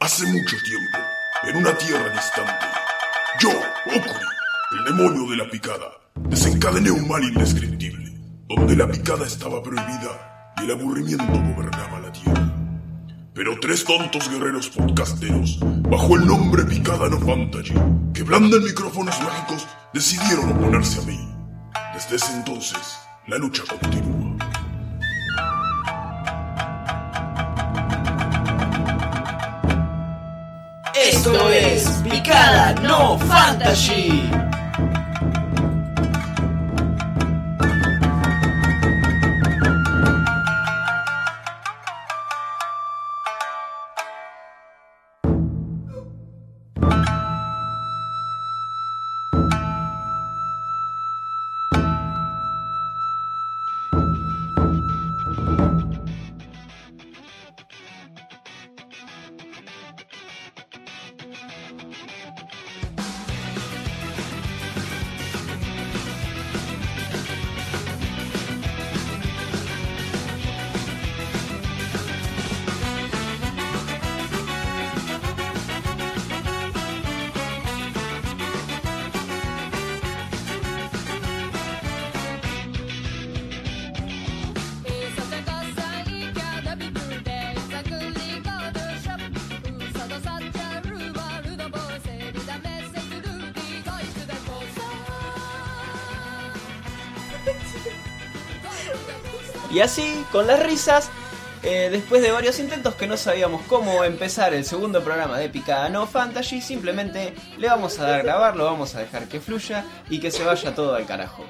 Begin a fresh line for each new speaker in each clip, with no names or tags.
Hace mucho tiempo, en una tierra distante, yo, Okuri, el demonio de la picada, desencadené un mal indescriptible, donde la picada estaba prohibida y el aburrimiento gobernaba la tierra. Pero tres tontos guerreros podcasteros, bajo el nombre Picada No Fantasy, que blandan micrófonos mágicos, decidieron oponerse a mí. Desde ese entonces, la lucha continúa.
Esto es Picada No Fantasy.
Y así, con las risas, eh, después de varios intentos que no sabíamos cómo empezar el segundo programa de Picada No Fantasy, simplemente le vamos a dar a grabar, lo vamos a dejar que fluya y que se vaya todo al carajo.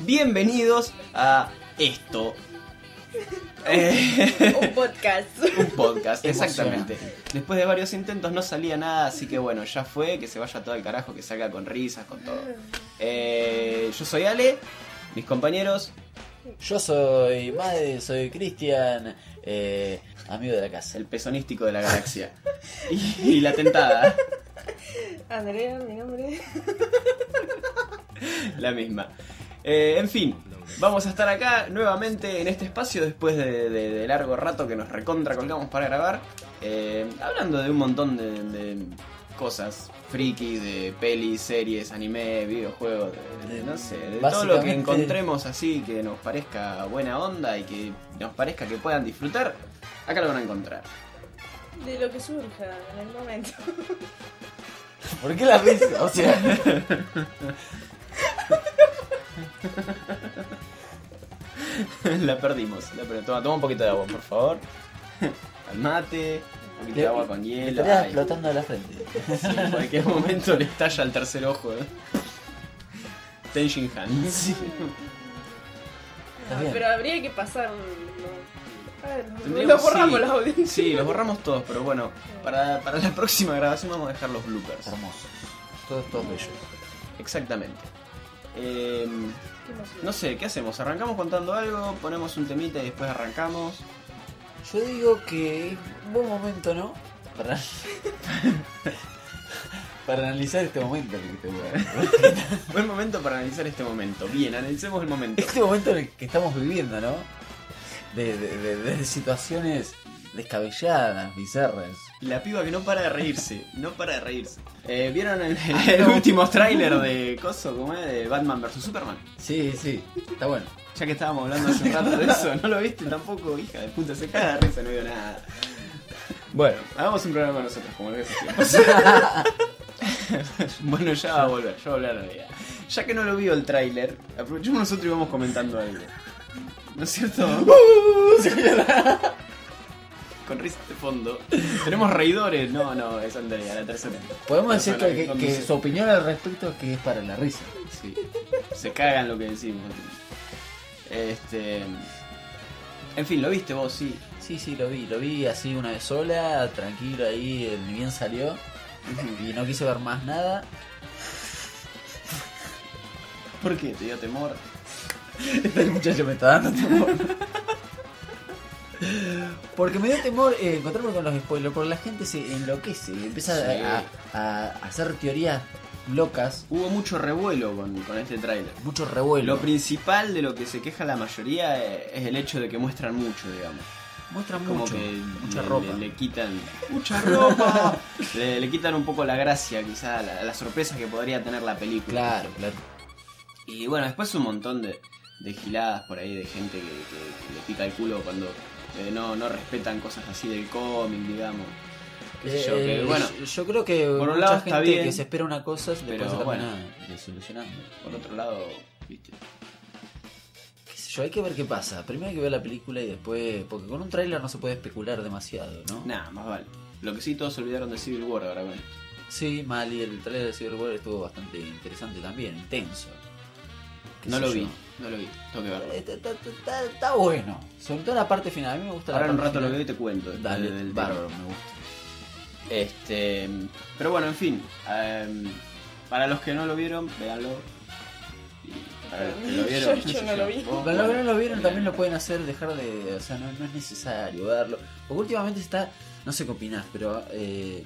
Bienvenidos a esto. Eh,
un podcast.
un podcast, exactamente. Después de varios intentos no salía nada, así que bueno, ya fue, que se vaya todo al carajo, que salga con risas, con todo. Eh, yo soy Ale, mis compañeros,
Yo soy madre, soy Cristian, eh, amigo de la casa.
el pezonístico de la galaxia y, y la tentada.
Andrea, mi nombre.
La misma. Eh, en fin, vamos a estar acá nuevamente en este espacio después de, de- de largo rato que nos recontra colgamos para grabar. eh, hablando de un montón de, de cosas friki, de pelis, series, anime, videojuegos, de- de- no sé, de todo lo que
Básicamente-
encontremos así que nos parezca buena onda y que nos parezca que puedan disfrutar, acá lo van a encontrar.
De lo que surja en el momento.
¿Por qué la risa? O sea,
la perdimos. La perdimos. Toma, toma un poquito de agua, por favor. Al mate, un poquito de agua con
me
hielo.
estaría
ay,
explotando de la frente.
sí, en cualquier momento le estalla el tercer ojo. ¿eh? Tension Han.
Está bien.
pero habría que pasar. no. Ah,
Tendríamos-
Lo
sí,
borramos la audiencia.
Sí, los borramos todos, pero bueno, para, para la próxima grabación vamos a dejar los bloopers.
Hermoso. Todos, todos bellos.
Exactamente. Eh,
Qué emoción.
no sé, ¿qué hacemos? ¿Arrancamos contando algo? ¿Ponemos un temita y después arrancamos?
Yo digo que es un buen momento, ¿no? Para, para analizar este momento en el que te voy a dar.
Buen momento para analizar este momento. Bien, analicemos el momento.
Este momento en el que estamos viviendo, ¿no? De, de- de- de situaciones descabelladas, bizarras.
La piba que no para de reírse, no para de reírse. Eh, ¿Vieron el, el último tráiler de Coso, como es? De Batman vs Superman.
Sí, sí, está bueno.
Ya que estábamos hablando hace un rato de eso, ¿no lo viste tampoco, hija de puta? Se caga de risa, no vio nada.
Bueno,
Hagamos un programa nosotros, como lo que Bueno, ya va a volver, ya va a volver a la realidad. Ya que no lo vio el tráiler, aprovechemos nosotros y vamos comentando algo. ¿No es cierto? Con risa de fondo. Tenemos reidores. No, no, es Andrea, la tercera.
podemos decir
Persona
que, que- que
conduce.
su opinión al respecto es que es para la risa.
Sí. Se cagan lo que decimos. Este. En fin, lo viste vos, sí.
Sí, sí, lo vi, lo vi así una vez sola, tranquilo ahí, eh, ni bien salió. Y no quise ver más nada.
¿Por qué? ¿Te dio temor?
El muchacho me está dando temor. Porque me dio temor eh, encontrarme con los spoilers, porque la gente se enloquece y empieza a-
Sí.
a, a hacer teorías locas,
Hubo mucho revuelo con, con este tráiler.
mucho revuelo.
Lo principal de lo que se queja la mayoría eh, es el hecho de que muestran mucho, digamos.
Muestran
como
mucho.
que
mucha
le,
ropa.
le- le quitan
Mucha ropa.
le, le quitan un poco la gracia, quizá la, la sorpresa que podría tener la película.
claro, claro.
Y bueno, después un montón de, de giladas por ahí de gente que, que- que le pica el culo cuando eh, no, no respetan cosas así del cómic, digamos. Qué sé yo, que,
Eh,
bueno,
yo- yo creo que
por un
mucha
lado
gente
está bien,
que se espera una cosa
pero
después se
bueno.
nada. Desilusionando.
por otro lado, viste.
Qué sé yo, hay que ver qué pasa. Primero hay que ver la película y después. Porque con un tráiler no se puede especular demasiado, ¿no?
Nada, más vale. Lo que sí, todos se olvidaron de Civil War ahora con esto.
Sí, mal y el tráiler de Cyber War estuvo bastante interesante también, intenso. Qué
No
sé
lo
yo. Eh,
vi, no lo vi, tengo que verlo.
Está, está- está- está bueno. Sobre todo la parte final. A mí me gusta
Ahora
la
en un
parte
rato lo
final.
veo y te cuento. de-
Dale,
del tema.
bárbaro, me gusta.
Este, pero bueno, en fin. em, para los que no lo vieron, véanlo. Y para los que lo vieron,
Yo- yo
qué sé
no lo vi.
vos,
Para los que
bueno,
no lo vieron
vean.
también lo pueden hacer, dejar de... O sea, no, no es necesario verlo. Porque últimamente está... No sé qué opinás, pero... eh,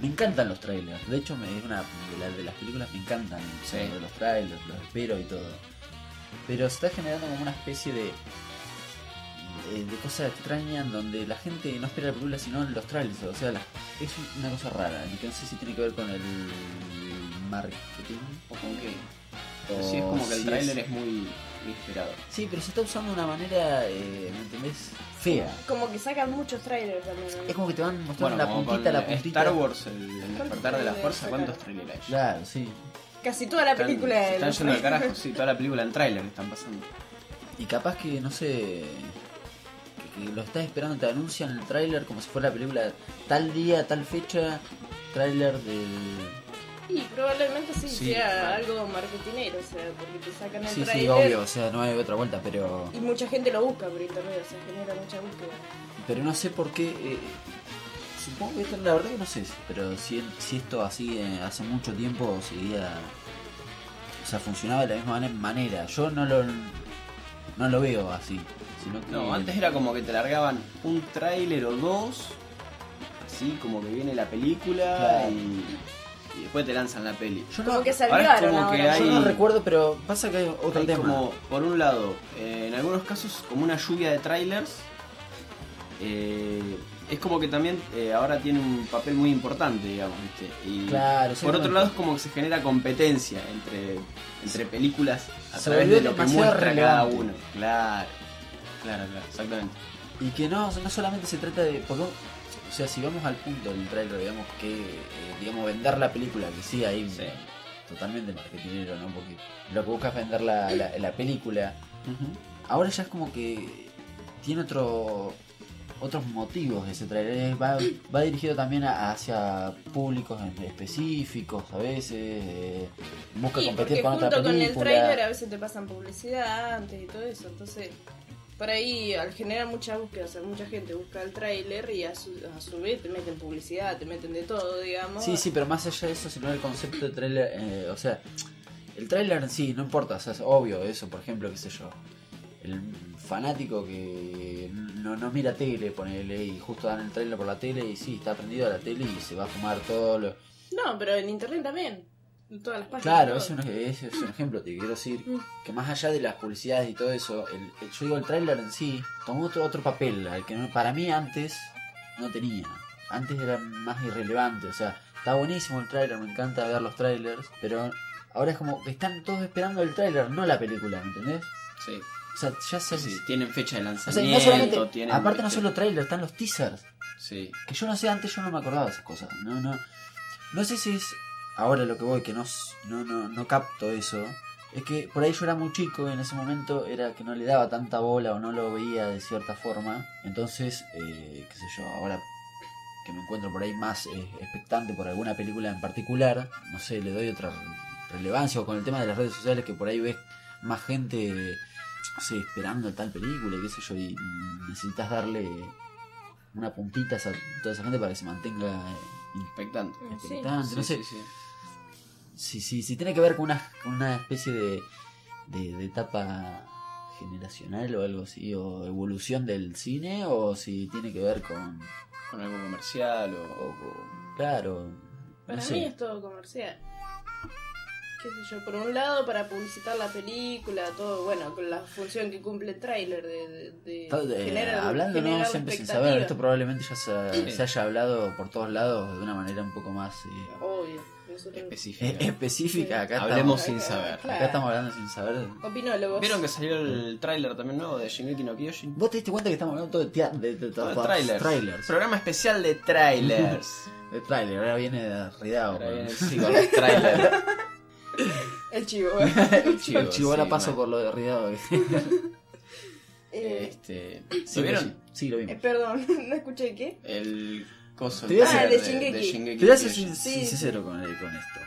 me encantan los trailers. De hecho, me, es una de, la- de las películas me encantan. o sea,
Sí.
los trailers, los espero y todo. Pero se está generando como una especie de... De, de cosa extraña en donde la gente no espera la película sino los trailers. O sea, la- es una cosa rara. Que no sé si tiene que ver con el marketing.
O con qué.
o
Sí, es como que el
si
tráiler es muy muy esperado.
Sí, pero se está usando de una manera, eh, ¿me entendés? Fea.
Como que sacan muchos trailers también.
Es como que te van mostrando
Bueno,
la
como
puntita,
con
la puntita.
Star Wars, el, el despertar de la
trailers
fuerza, ¿cuántos
sacaron?
trailers hay?
Claro, sí.
Casi toda la
Están-
película
se
de
están
los
yendo al
trailers.
carajo, sí, toda la película en tráiler están pasando.
Y capaz que, no sé, que, que lo estás esperando, te anuncian el tráiler como si fuera la película tal día, tal fecha, tráiler del...
Y probablemente sí,
Sí,
sea
claro.
algo marketinero, o sea, porque te sacan el
Sí, sí,
trailer
obvio, o sea, no hay otra vuelta, pero...
y mucha gente lo busca por internet, o sea, genera mucha búsqueda.
Pero no sé por qué... eh, supongo que esto, la verdad que no sé, pero si, si esto así eh, hace mucho tiempo seguía... O sea, funcionaba de la misma mane- manera. Yo no lo, no lo veo así. Sino que,
No, antes era como que te largaban un tráiler o dos, así como que viene la película
Claro.
y, y después te lanzan la peli.
Yo
Como
no,
que se
Ahora es
avivaron
como que
ahora.
hay-
yo no recuerdo, pero pasa que hay otro
Hay
tema.
como, por un lado, eh, en algunos casos como una lluvia de trailers. eh, es como que también eh, ahora tiene un papel muy importante, digamos. ¿viste? Y
Claro, sí,
por otro
bueno.
lado es como que se genera competencia entre, entre películas a
Se
través
volvió
de lo que
demasiado
muestra cada
relevante.
uno. Claro, claro, claro, exactamente.
Y que no, no solamente se trata de. porque, o sea, si vamos al punto del trailer, digamos que. eh, digamos, vender la película, que sí, ahí.
Sí.
Totalmente marketinero, ¿no? Porque lo que busca es vender la, la, la película. Ahora ya es como que. Tiene otro. Otros motivos ese trailer. Va, va dirigido también a- hacia públicos en- específicos a veces. eh, busca
Y porque
competir con otra
junto con el
película.
trailer a veces te pasan publicidad antes y todo eso, entonces por ahí al generar mucha búsqueda, o sea, mucha gente busca el trailer y a su, a su vez te meten publicidad, te meten de todo, digamos.
Sí, sí, pero más allá de eso, sino el concepto de trailer, o sea, el trailer en sí, no importa, o sea, es obvio eso, por ejemplo, qué sé yo, el fanático que no, no mira tele, ponele, y justo dan el trailer por la tele, y sí, está prendido a la tele y se va a fumar todo lo...
No, pero en internet también, en todas las páginas.
Claro,
todo.
es un, es, es un ejemplo, te quiero decir, que más allá de las publicidades y todo eso, el, el- yo digo, el trailer en sí tomó otro, otro papel, al que no- para mí antes no tenía. Antes era más irrelevante, o sea, está buenísimo el trailer, me encanta ver los trailers, pero ahora es como que están todos esperando el trailer, no la película, ¿me entendés?
Sí.
O sea, ya se...
Sí, tienen fecha de
o sea, y
lanzamiento,
no solamente,
tienen... este
aparte no solo trailer, están los teasers.
Sí.
Que yo no sé, antes yo no me acordaba de esas cosas. No, no. No sé si es ahora lo que voy, que no, s- no, no, no capto eso. Es que por ahí yo era muy chico y en ese momento era que no le daba tanta bola o no lo veía de cierta forma. Entonces, eh, qué sé yo, ahora que me encuentro por ahí más eh, expectante por alguna película en particular, no sé, le doy otra relevancia o con el tema de las redes sociales que por ahí ves más gente, no sé, esperando tal película y qué sé yo, y mm, necesitas darle una puntita a esa- toda esa gente para que se mantenga eh,
Expectante.
Sí.
expectante, Ah, no sé,
Sí, sí, sí.
si, si, si tiene que ver con una, con una especie de, de, de etapa generacional o algo así, o evolución del cine, o si tiene que ver con,
Con algo comercial o...
o- o- claro,
Para
no
mí
sé.
es todo comercial. qué sé yo, por un lado para publicitar la película, todo, bueno, con la función que cumple el tráiler de, de- de
Todo de-
generar-
eh, hablando no
generar
siempre sin
expectativa.
saber, esto probablemente ya se, se haya hablado por todos lados de una manera un poco más eh,
Obvio, nosotros...
eh,
Específica.
específica. Acá
Hablemos
estamos,
sin saber.
acá estamos hablando sin saber.
Opinólogos.
¿Vieron que salió el tráiler también nuevo de Shingeki no Kyojin?
Vos te diste cuenta que estamos hablando todo de, tia- de, de- de-
Todo de
de-
trailers.
trailers.
Programa especial de trailers.
De trailer, ahora viene de Ridao.
Ahora
pero-
viene el chico de trailer.
El chivo.
El chivo,
El chivo ahora
sí,
paso
mal.
por lo de Ridao.
Eh,
Este,
Sí,
¿Lo vieron?
Sí, lo
eh,
vimos.
perdón, no escuché qué.
El coso
Te voy a
de- de,
ser-
Ah, de Shingeki.
Te
Shingeki
voy
no
a ser
Kyojin.
sin- sin-
Sí.
sincero con, con esto.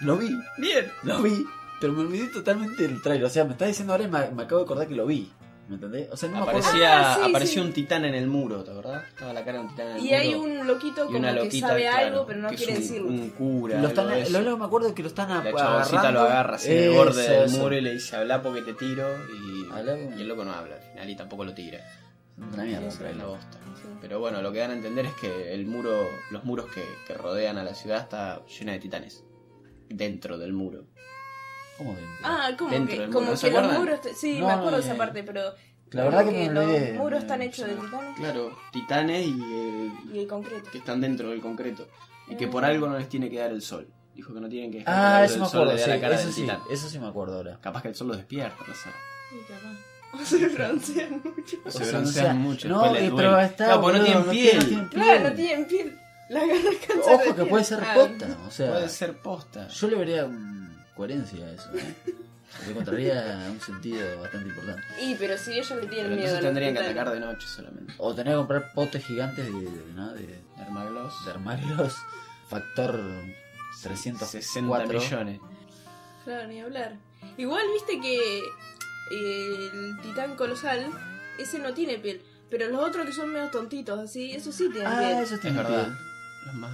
Lo vi,
Bien.
lo vi, pero me olvidé totalmente del trailer. O sea, me estás diciendo ahora y me, me acabo de acordar que lo vi. ¿Me entendés? O sea, no me acuerdo.
Aparecía,
Ah, sí,
apareció
sí.
un titán en el muro, ¿te acordás? Estaba la cara de un titán en el
Y
muro.
hay un loquito
Ah, y
como
una
que
loquita,
sabe
claro,
algo, pero no
que es
quiere
un-
decirlo.
Un cura.
Lo, están,
algo de eso.
lo único que me acuerdo es que lo están
La
ap-
chaboncita
agarrando.
lo agarra así en el borde
Eso,
del
eso.
muro y le dice habla porque te tiro y,
Habla,
y el loco no habla al final y tampoco lo tira.
Una mierda,
Pero
trailer.
lo bosta. Pero bueno, lo que dan a entender es que el muro, los muros que, que rodean a la ciudad está llena de titanes. Dentro del muro.
¿Cómo ven?
Ah, como
Dentro
que,
del
como
muro, ¿no se
que los
acuerdan?
muros. te- Sí,
No,
me acuerdo
no,
esa
eh,
parte, pero.
la verdad
como
que no
los
olvidé.
muros están hechos de titanes
Claro, titanes y, eh,
y el concreto.
que están dentro del concreto. Y que por
Ah.
algo no les tiene que dar el sol. Dijo que no tienen que dejar
Ah,
que
eso
el
me
sol
acuerdo,
le dé
sí,
la cara
eso
del
sí,
titán.
eso sí me acuerdo ahora.
Capaz que el sol los despierta, no sé.
Y capaz. Se broncean mucho.
No
O
se
sea,
broncean
no sea-
mucho.
no,
después les
eh,
duele.
pero está,
Claro, porque no
boludo,
tienen piel.
Claro, no tienen piel. Las garras cansan de
Ojo que
piel.
puede ser
Ah,
posta, o sea,
Puede ser posta.
yo le vería mm, coherencia a eso, ¿eh? Le encontraría un sentido bastante importante.
Y pero si ellos le
Pero
tienen miedo.
entonces
a los
tendrían que
titanes.
atacar de noche solamente.
O tener que comprar potes gigantes de, de- ¿no? de, de
Armaglos.
armarios factor 300
60 millones.
Claro, ni hablar. Igual viste que eh, el titán colosal, ese no tiene piel. Pero los otros que son menos tontitos, así, eso sí tienen
Ah,
piel.
eso
Es
tiene
verdad.
piel.
Los más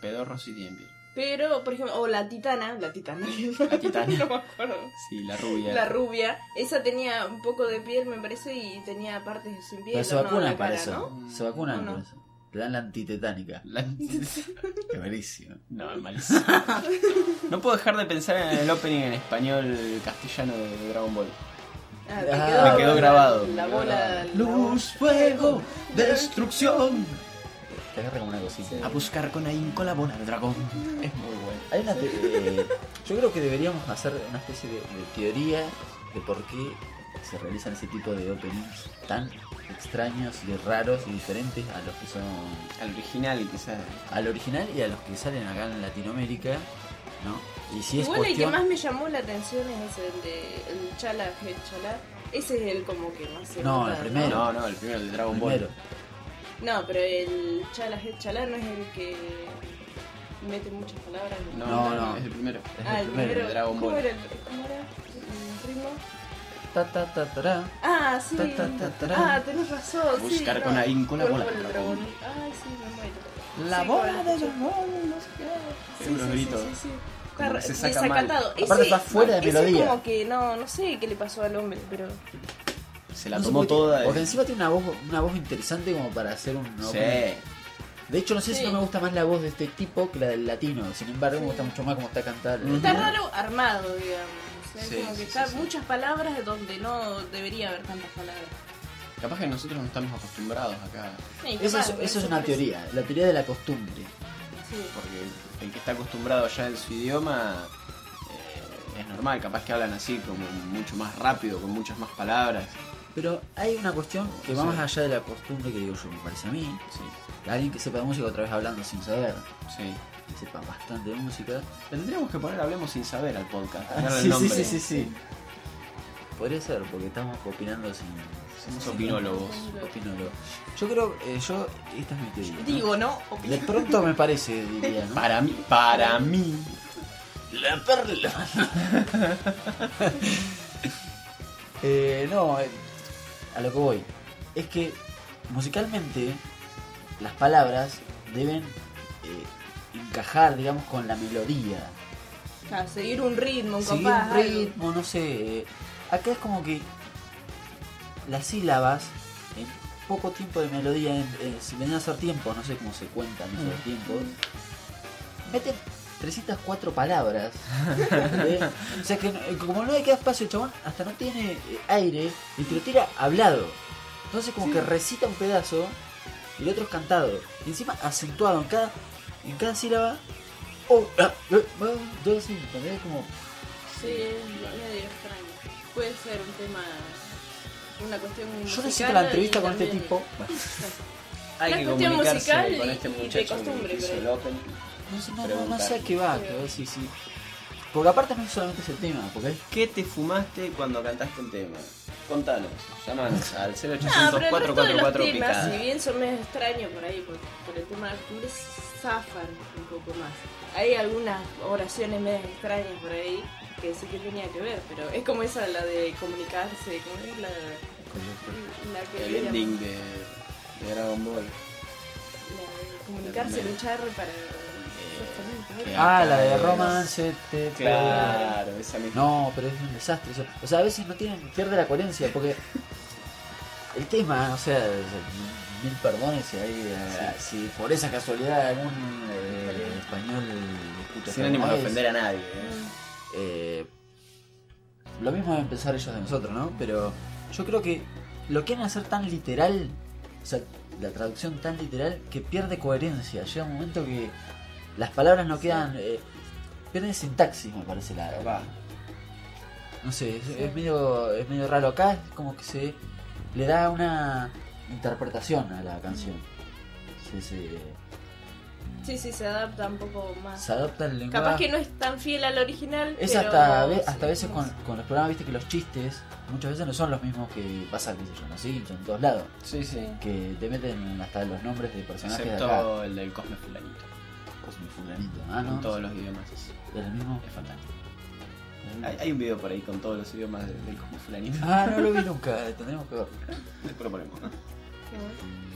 pedorros sí tienen piel.
Pero, por ejemplo, o la titana, la titana, la
titana.
no me acuerdo.
Sí, la rubia.
La rubia, esa tenía un poco de piel, me parece, y tenía partes sin piel.
Pero se
o no,
vacunan
la
para
cara,
eso.
¿no?
Se vacunan
¿O no?
por eso. Te dan la antitetánica.
La-
Qué buenísimo.
No, es malísimo. No puedo dejar de pensar en el opening en español castellano de Dragon Ball.
Ah,
Ah,
me quedó grabado.
La
Me quedó
bola.
grabado.
la bola.
destrucción.
Te agarra como una cosita.
A buscar con ahínco la bola de dragón. Es muy bueno.
Hay una te- eh, yo creo que deberíamos hacer una especie de, de teoría de por qué se realizan ese tipo de openings tan extraños y raros y diferentes a los que son
Al original quizás.
al original y a los que salen acá en Latinoamérica, ¿no? Y si es
Igual el que
cuestión
más me llamó la atención es el de el Chala, el Chala. Ese es el como que más se
No,
nota,
el primero.
No, no, el primero, el de Dragon
primero,
Ball.
No, pero el Chala, el Chala no es el que mete muchas palabras.
No,
No,
no,
no.
es el primero.
es
ah, el
el
primero.
primero.
de Dragon
¿Cómo
Ball.
era el, cómo era el ritmo?
Ta, ta, ta, tará.
Ah, sí.
Ta, ta, ta, tará.
Ah, tenés razón. sí,
Buscar
no.
con ahínco la
Con
bola
bola
de
de
dragón.
dragón. Ay, sí, me muero.
La
Sí,
bola
con- Ah,
de dragón, no sé qué.
Sí,
Hay unos
sí, sí,
gritos.
sí, sí.
Como
Está
que se saca mal.
desacatado.
Aparte está fuera de
ese
melodía.
como que no, no sé qué le pasó al hombre, pero.
Se la
No sé
tomó
por qué-
toda.
Porque
y-
encima tiene una voz, una voz interesante como para hacer un opening.
Sí.
De hecho, no sé si
Sí.
no me gusta más la voz de este tipo que la del latino. Sin embargo, me
Sí.
gusta mucho más cómo está cantada. la
Ujú.
Está
latina.
raro armado, digamos. O sea,
Sí,
como que
sí,
está
sí, sí.
muchas palabras donde no debería haber tantas palabras.
Capaz que nosotros no estamos acostumbrados acá.
Sí,
Eso es,
capaz,
eso es
por por
una
eso.
teoría, la teoría de la costumbre.
Sí.
Porque el que está acostumbrado ya en su idioma eh, es normal, capaz que hablan así como mucho más rápido, con muchas más palabras.
Pero hay una cuestión que va
Sí.
más allá de la costumbre que digo yo, me parece a mí.
Sí,
Que Alguien que sepa de música otra vez hablando sin saber,
sí.
que sepa bastante de música.
Tendríamos que poner Hablemos sin saber al podcast.
Ah,
cambiarle el
sí, sí,
nombre.
sí, sí, sí. Podría ser, porque estamos opinando sin.
Somos
sin-
opinólogos.
opinólogos. Yo creo, eh, yo, esta es mi teoría. ¿no?
Digo, ¿no?
De pronto me parece, diría, ¿no?
Para mí, para mí.
La perla.
Eh, no, eh, a lo que voy. Es que musicalmente las palabras deben eh, encajar, digamos, con la melodía.
Claro, seguir un ritmo, un
Seguir
compás.
un
algo.
ritmo, no sé. eh, Acá es como que las sílabas en poco tiempo de melodía, en, en- si venían a ser tiempos, no sé cómo se cuentan esos tiempos, meten 304 palabras. ¿entendés? o sea que eh, como no le queda espacio, el chabón hasta no tiene eh, aire y te lo tira hablado. Entonces como que recita un pedazo y el otro es cantado. Y encima acentuado en cada, en cada sílaba. Oh, ah, eh, ah, dos, sí, ¿entendés? Como,
Sí, es medio extraño. Puede ser un tema, una cuestión
yo
musical
necesito la entrevista
y
con este
también-
tipo.
Hay
Una
que
cuestión
comunicarse
musical
con
y-
este
y de
muchacho
costumbre,
que hizo
creo.
el Open.
No, sé, no, no, no
Preguntar.
sé a qué va, que va, sí, sí. Porque aparte no es solamente ese tema, porque hay
¿Qué te fumaste cuando cantaste el tema? Contanos, llamanos al
Ah, pero
0800
el resto de los
444
temas, si
picada.
bien son medio extraños por ahí, por, por el tema de la costumbre, zafan un poco más. Hay algunas oraciones medio extrañas por ahí que sí que tenía que ver, pero es como esa, la de comunicarse, como es la, la que...
El
era-
ending de, de Dragon Ball.
la de comunicarse, luchar para... justamente, ¿no?
Ah, la de
Claro.
romance te
Claro, esa misma.
No, pero es un desastre eso. O sea, a veces no tienen, pierde la coherencia, porque el tema, o sea, mil perdones si hay, eh, si por esa casualidad algún eh, español de puto
Sin ánimo de
japonés,
ofender a nadie. ¿eh?
Mm,
eh, lo mismo deben pensar ellos de nosotros, ¿no? Pero yo creo que lo quieren hacer tan literal, o sea, la traducción tan literal que pierde coherencia. Llega un momento que las palabras no quedan. eh, pierden sintaxis, me parece. La,
Capaz.
no sé, es, es medio, es medio raro. Acá es como que se le da una interpretación a la canción. Se,
Mm.
se-
Sí, sí, se adapta un poco más.
se adapta el lenguaje.
Capaz que no es tan fiel al original,
Es
pero...
hasta, ve- hasta
sí,
veces
no
con,
sé.
con los programas, viste que los chistes muchas veces no son los mismos que pasan, qué sé yo, en los Simpsons, en todos lados.
Sí, sí.
Que te meten hasta los nombres de personajes de acá.
Excepto el del Cosme Fulanito.
Cosme Fulanito, ah,
En
¿no?
todos los idiomas. Es,
¿Era el mismo?
es fantástico. Hay, hay un video por ahí con todos los idiomas de- del Cosme Fulanito.
Ah, no lo vi nunca, eh, tendremos que ver.
Después lo ponemos. ¿no?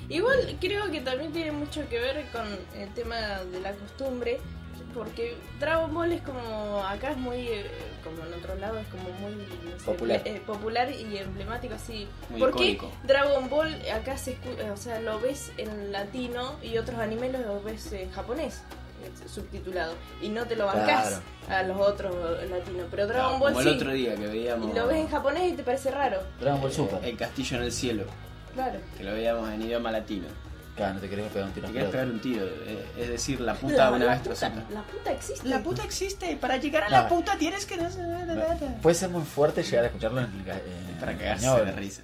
Igual creo que también tiene mucho que ver con el tema de la costumbre, porque Dragon Ball es como, acá es muy, eh, como en otros lados, es como muy no sé,
Popular.
eh, popular y emblemático así.
Muy
Porque
icónico.
Dragon Ball acá se escu- eh, o sea, lo ves en latino y otros animes los ves en japonés eh, subtitulado y no te lo bancás a los otros latinos, pero
Claro,
Dragon Ball
Como
sí,
el otro día que
y
veíamos.
lo ves en japonés y te parece raro,
Dragon Ball
eh,
Super.
El castillo en el cielo.
claro.
Que lo veíamos en idioma latino.
Claro, no te querés pegar un tiro.
Te
en
querés
pelota.
pegar un tiro. eh, Es decir, la puta una vez tras
puta,
otra.
la puta existe.
existe. Para llegar
a la Nada.
puta tienes que.
Puede ser muy fuerte llegar a escucharlo en, ca- en
Para cagarse
español.
de risa.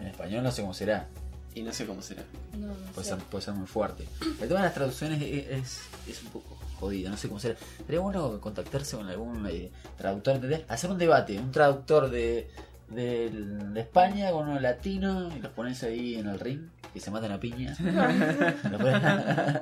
En español no sé cómo será.
Y no sé cómo será.
No, no
Puede
sé.
ser, puede ser muy fuerte. El tema de las traducciones e- es, es un poco jodido, no sé cómo será. Sería bueno contactarse con algún eh, traductor, ¿entendés? Hacer un debate, un traductor de, del- de España con uno latino y los pones ahí en el ring y se matan a piña. Los pones-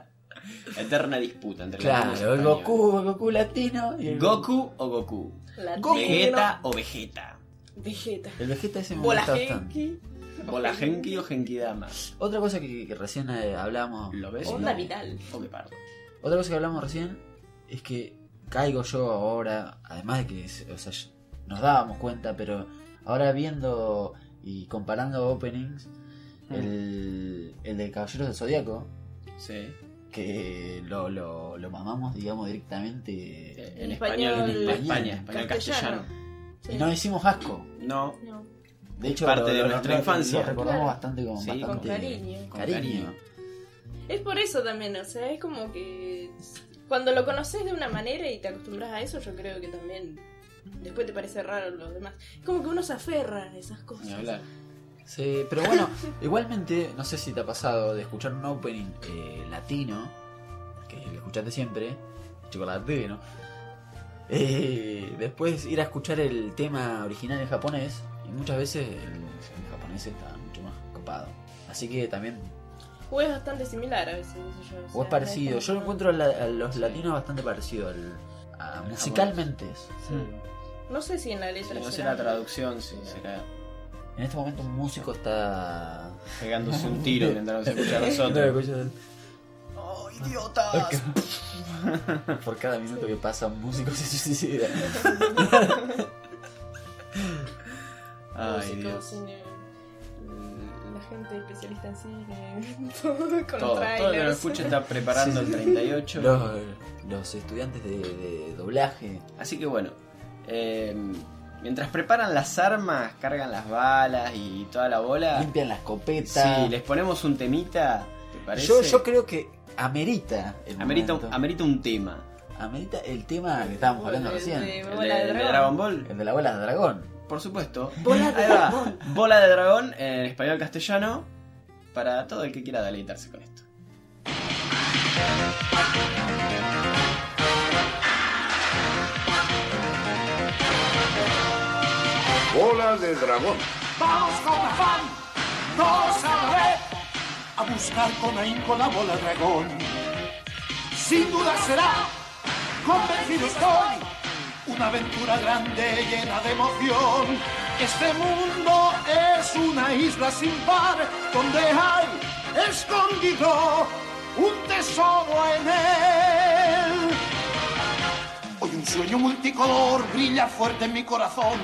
Eterna disputa entre latinos y
claro, el
españoles.
Goku, el Goku latino y el,
Goku o Goku.
La
Goku.
Vegeta o Vegeta.
Vegeta.
el Vegeta ese me
Bola
gusta bastante.
Genki.
Bola Genki o Genkidama.
Otra cosa que, que recién eh, hablamos
¿Lo ves?
Onda vital.
O que pardo.
Otra cosa que hablamos recién es que caigo yo ahora, además de que o sea, ya- nos dábamos cuenta, pero ahora viendo y comparando openings,
Mm.
el, el de Caballeros del Zodíaco,
Sí.
que lo, lo, lo mamamos, digamos, directamente,
Eh, En
En
español, en
español-
España, español castellano.
Sí.
y no hicimos asco.
No,
No,
De hecho,
parte
lo-
de
lo-
nuestra
lo-
infancia.
Lo recordamos
Claro.
bastante con
Sí, con
bastante
cariño.
Con
cariño.
cariño.
Es por eso también, o sea, es como que cuando lo conoces de una manera y te acostumbras a eso, yo creo que también después te parece raro los demás. Es como que uno se aferra a esas
ni
cosas.
hablar.
Sí, pero bueno, igualmente, no sé si te ha pasado de escuchar un opening eh, latino, que lo escuchaste siempre, chocolate, ¿no? Eh, después ir a escuchar el tema original en japonés, y muchas veces el, el japonés está mucho más copado. Así que también,
O es bastante similar a veces, no sé yo.
o es parecido, yo lo encuentro a, la- a los latinos bastante parecido al, a-
Al
musicalmente.
No sé si en la letra
Si no
será-
será traducción, si será
En este momento un músico está...
pegándose un tiro intentando escuchar a
No,
nosotros.
escucha-
¡Oh, idiotas!
Por cada minuto que pasa un músico se suicida.
Ay,
músicos,
Dios.
cine, mm, la gente especialista en cine, todo con
Todo, todo lo que lo
trailers.
escuche está preparando el 38.
Los, los estudiantes de, de doblaje.
Así que bueno, eh, mientras preparan las armas, cargan las balas y toda la bola.
Limpian las copetas.
Sí, les ponemos un temita, ¿te parece?
yo, yo creo que amerita el
amerita, un-
momento.
amerita un tema.
Amerita el tema que estábamos hablando
El de-
recién.
El
Bola
de,
de
el de
dragón.
Dragon Ball.
El de la bola de dragón.
Por supuesto.
Bola de
Ahí va.
dragón.
Bola de dragón en español castellano. Para todo el que quiera deleitarse con esto.
Bola de dragón.
Vamos con afán, todos a la vez, a buscar con ahínco la bola dragón. Sin duda será, convencido estoy, una aventura grande llena de emoción. Este mundo es una isla sin par, donde hay escondido un tesoro en él. Hoy un sueño multicolor brilla fuerte en mi corazón,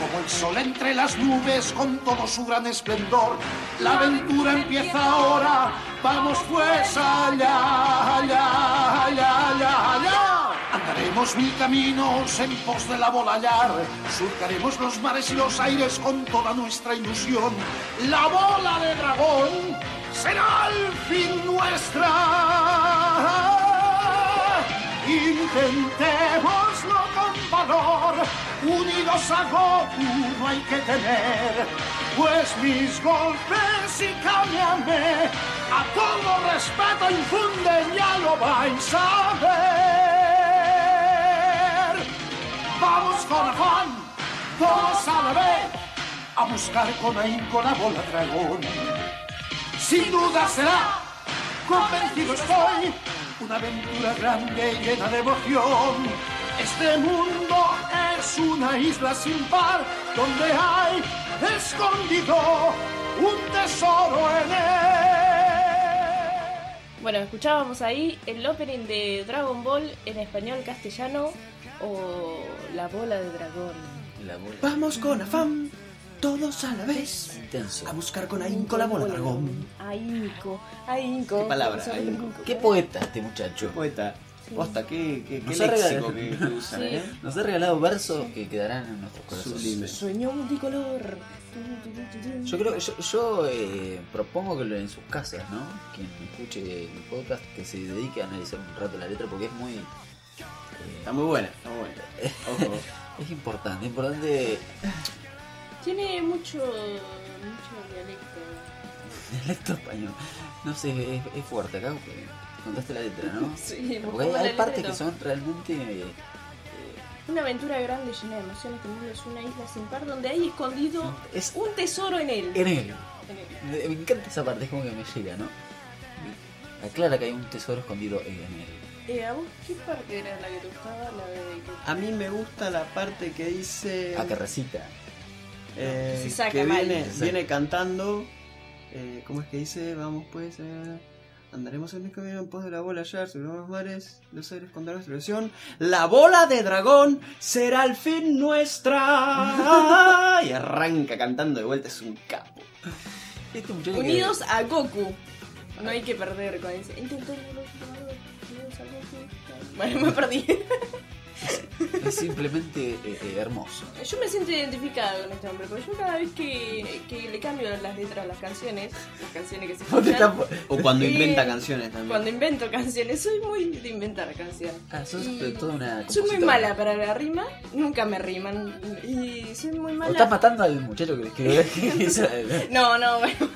como el sol entre las nubes con todo su gran esplendor. La aventura empieza ahora, vamos pues allá, allá, allá, allá, allá. Andaremos mil caminos en pos de la bola hallar, surcaremos los mares y los aires con toda nuestra ilusión. La bola de dragón será el fin nuestra. Intentémoslo con valor, unidos a Goku no hay que tener, pues mis golpes y cámbiame, a todo respeto infunden, ya lo vais a ver. Vamos con afán, todos a la vez, a buscar con ahínco la bola dragón sin duda será. Convencido estoy, una aventura grande y llena de emoción. Este mundo es una isla sin par, donde hay escondido un tesoro en él.
Bueno, escuchábamos ahí el opening de Dragon Ball en español castellano o La bola de dragón.
La bola.
Vamos con afán, todos a la vez.
Intenso.
buscar con
Ahínco, ahínco.
Qué palabra,
Son-
ahínco.
Qué poeta este muchacho.
Poeta. Posta, qué, qué, qué
Nos
léxico que,
arregla-
que usan,
Sí.
¿eh?
Nos ha regalado versos que quedarán en nuestros corazones.
Sublime.
Sueño multicolor.
Yo creo, yo, yo, eh, propongo que lo- en sus casas, ¿no? Quien escuche el podcast, que se dedique a analizar un rato la letra, porque es muy, eh,
Está muy buena, está muy buena. Ojo.
es importante, es importante
Tiene mucho, mucho dialecto.
el lector español. No sé, es, es fuerte acá, porque contaste la letra, ¿no?
Sí,
Ah, Porque hay,
buscamos la
hay
letra y
partes que
todo.
son realmente eh,
Una aventura grande llena de emociones, que mundo es una isla sin par donde hay escondido
es
un tesoro en él.
en él.
En él.
Me me encanta esa parte, es como que me llega, ¿no? Aclara que hay un tesoro escondido en él.
Eh, ¿A vos qué parte era la que te gustaba? La de que
A mí me gusta la parte que dice.
Ah, que recita.
eh,
Que se saca
que
mal.
viene,
Se saca.
viene cantando. eh, ¿Cómo es que dice? Vamos pues. eh, andaremos en el camino en pos de la bola hallar sobre los mares, los aires contra nuestra ilusión. La bola de dragón será al fin nuestra. y arranca cantando de vuelta, es un capo.
Este muchacho que-
Unidos a Goku. No hay que perder con ese. Intenté unidos a Goku. Bueno, me perdí.
es simplemente eh, eh, hermoso.
Yo me siento identificada con este hombre, porque yo cada vez que, que le cambio las letras a las canciones, las canciones que se
¿Dónde está?
escuchan,
po-
O cuando
Sí.
inventa canciones también.
cuando invento canciones, soy muy de inventar canciones.
Ah, sos
Y
de toda una.
Soy muy
compositora.
mala para la rima, nunca me riman. Y soy muy
O estás
mala.
matando al muchacho que le escribió. Esa-
No, no, bueno.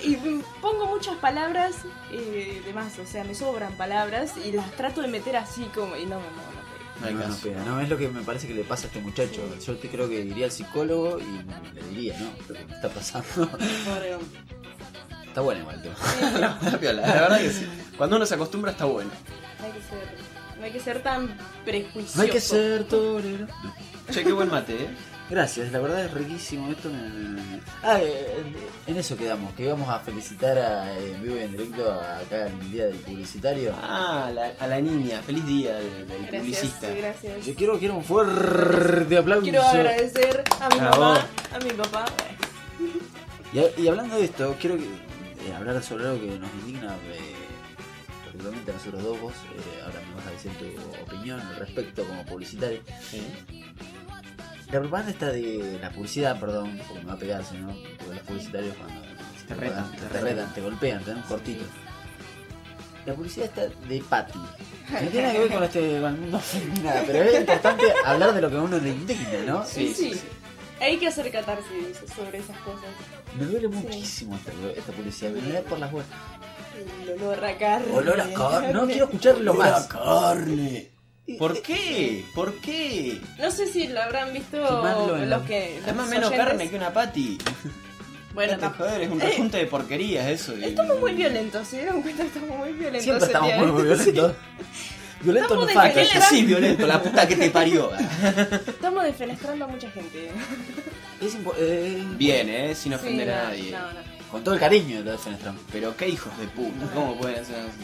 Y pongo muchas palabras eh, de más, o sea, me sobran palabras y las trato de meter así como. Y no me no,
No hay
no, no,
caso.
pega, no, es lo que me parece que le pasa a este muchacho. Yo te creo que iría al psicólogo y le diría, ¿no? Lo que me está pasando.
no, Pobre hombre.
está bueno igual, tío.
Está piola, la verdad que sí. Cuando uno se acostumbra está bueno.
No hay que ser, no hay que ser tan prejuicioso.
No hay que ser torero. No.
Che, qué buen mate, ¿eh?
Gracias, la verdad es riquísimo esto. me- me- me- Ah, eh, en eso quedamos, que vamos a felicitar a, eh, en vivo y en directo a- acá en el día del publicitario.
Ah, la- a la niña. Feliz día del, del
Gracias,
publicista.
gracias.
Yo quiero, quiero un fuerte aplauso.
Quiero agradecer a mi
A
mamá,
vos.
a mi papá.
Y, a- y hablando de esto, quiero que- eh, hablar sobre algo que nos indigna, eh, particularmente a nosotros dos, vos, eh, ahora me vas a decir tu opinión al respecto como publicitario. La propaganda está de. La publicidad, perdón, porque me va a pegarse, ¿no? Porque los publicitarios cuando. si
Te retan,
pagan,
te
te,
retan.
retan, te golpean, te dan un cortito. La publicidad está de Patty. No tiene nada que ver con este con el mundo ni nada, pero es importante hablar de lo que a uno le indigna, ¿no?
Sí,
Y
sí,
sí. Hay que hacer catarsis sobre esas cosas.
Me duele muchísimo esta, esta publicidad, me duele por las huevas.
El olor a carne.
Olor a carne. No quiero escucharlo más.
carne! ¿Por qué? ¿Por qué?
eh, No sé si lo habrán visto
Quemarlo en la-
los que. los
Además, menos
oyentes.
carne que una patty.
Bueno,
Date
tampoco.
joder, es un conjunto de porquerías eso. de-
Estamos muy violentos, se dieron cuenta que estamos muy violentos.
Siempre estamos
ese
muy,
día.
muy violentos. Violento no
Estamos
falta.
Cállate,
General-
sí, violento, la puta que te parió.
Estamos defenestrando a mucha gente.
Es impo- eh,
Bien, eh, sin ofender
Sí,
a
no,
nadie.
No, no.
Con todo el cariño lo defenestramos.
Pero qué hijos de puta, ¿cómo pueden hacer así?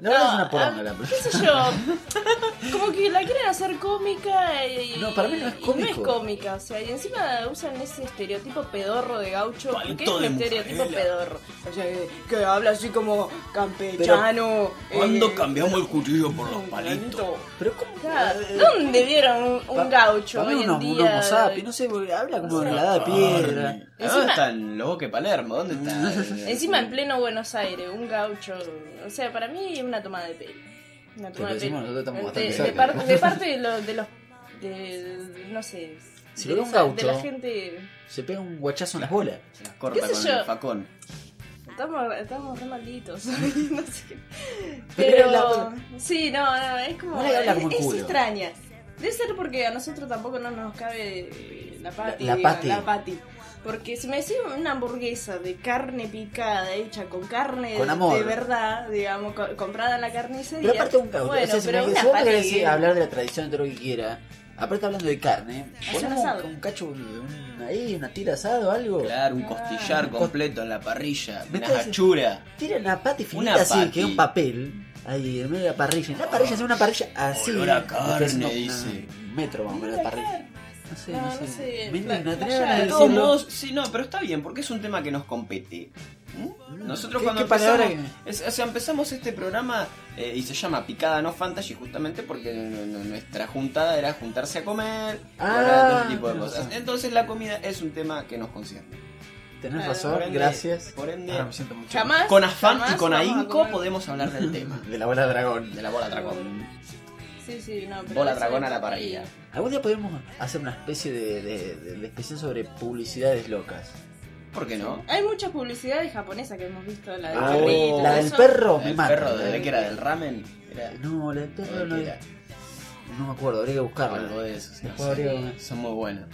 La verdad
No,
es una poronga
ah,
la
¿Qué sé yo? Como que la quieren hacer cómica y.
No, para mí no es
y
cómico.
No es cómica, o sea, y encima usan ese estereotipo pedorro de gaucho.
Palto
¿Qué es un
de
estereotipo
Micaela.
pedorro? O sea, que, que habla así como campechano. eh,
cambiamos el cuchillo por
un palito.
Pero ¿cómo?
Claro,
eh,
¿Dónde vieron un, un
pa-
gaucho
pa' mí
hoy en
unos-
día?
un homo sapi, no sé, porque habla como de la edad de piedra.
Encima-
¿Dónde están los bosques de Palermo? ¿Dónde están?
Encima en pleno Buenos Aires, un gaucho. O sea, para mí es una tomada de pelo. Una
Pero
tomada de
decimos,
pelo.
nosotros estamos
de,
bastante
de
cerca.
par- de parte de, los- de los. de- no sé.
Si
de,
lo ve un
esa-
gaucho.
de la gente.
Se pega un guachazo en las bolas.
Se las corta
¿Qué sé
con
yo?
el facón.
Estamos, estamos re malditos. no sé.
Pero
Pero.
la-
sí, no, no, es como.
No le habla
Es,
como el
es
culo.
extraña. Debe ser porque a nosotros tampoco no nos cabe eh, la pati.
La- la
digo,
pati.
la pati. Porque si me decís una hamburguesa de carne picada, hecha con carne
Con
de-
amor.
de verdad, digamos, co- comprada en la carnicería.
Pero aparte un gaucho.
Bueno,
o sea, si
pero
me-
una
si vos me
pati
querés
que-
decir, hablar de la tradición de todo lo que quiera. Aparte hablando de carne, ponemos
asado.
un cacho un- ahí, una tira asado o
Ah.
algo.
Claro, un costillar
Ah.
completo en la parrilla.
Me
Una
estás-
hachura.
Tira una pata finita
Una
así,
pati.
que es un papel. Ahí, en medio de la parrilla. Una parrilla, es una parrilla así.
Olor a
Está
carne,
haciendo una-
dice.
Un metro más o menos de parrilla. No sé, no,
No,
sé.
no sé,
Me
fla-
indigna, tenés
flashada.
ganas
De
de
Sí,
todos
decirlo.
modos, sí, no, pero está bien, porque es un tema que nos compete. ¿Mm? Nosotros
¿Qué-
cuando
qué palabra
empezamos, es- o sea, empezamos este programa eh, y se llama Picada No Fantasy justamente porque n- n- nuestra juntada era juntarse a comer y
Ah,
hablar de todo ese tipo de
tenés
cosas.
razón.
Entonces la comida es un tema que nos concierne.
Tenés
Claro,
razón,
Por ende-
gracias.
Por ende,
Ahora me siento mucho
Jamás.
con afán
jamás
y con
vamos a
ahínco
comer-
podemos hablar del tema.
De la bola de dragón.
De la bola dragón.
Sí, sí, no, pero
Bola
eso
dragón a
es-
la parrilla.
Algún día podemos hacer una especie de, de- de- de especial sobre publicidades locas.
¿Por qué no?
Hay muchas publicidades japonesas que hemos visto, la de
Ah,
perrito,
la
todo
del
eso.
perro me
El
mata. ¿eh?
perro de que era del ramen. Era,
No, la del perro no
era
No me acuerdo, habría que
algo
buscarla.
de eso. sí,
Después
no sé.
habría que-
Son muy buenos.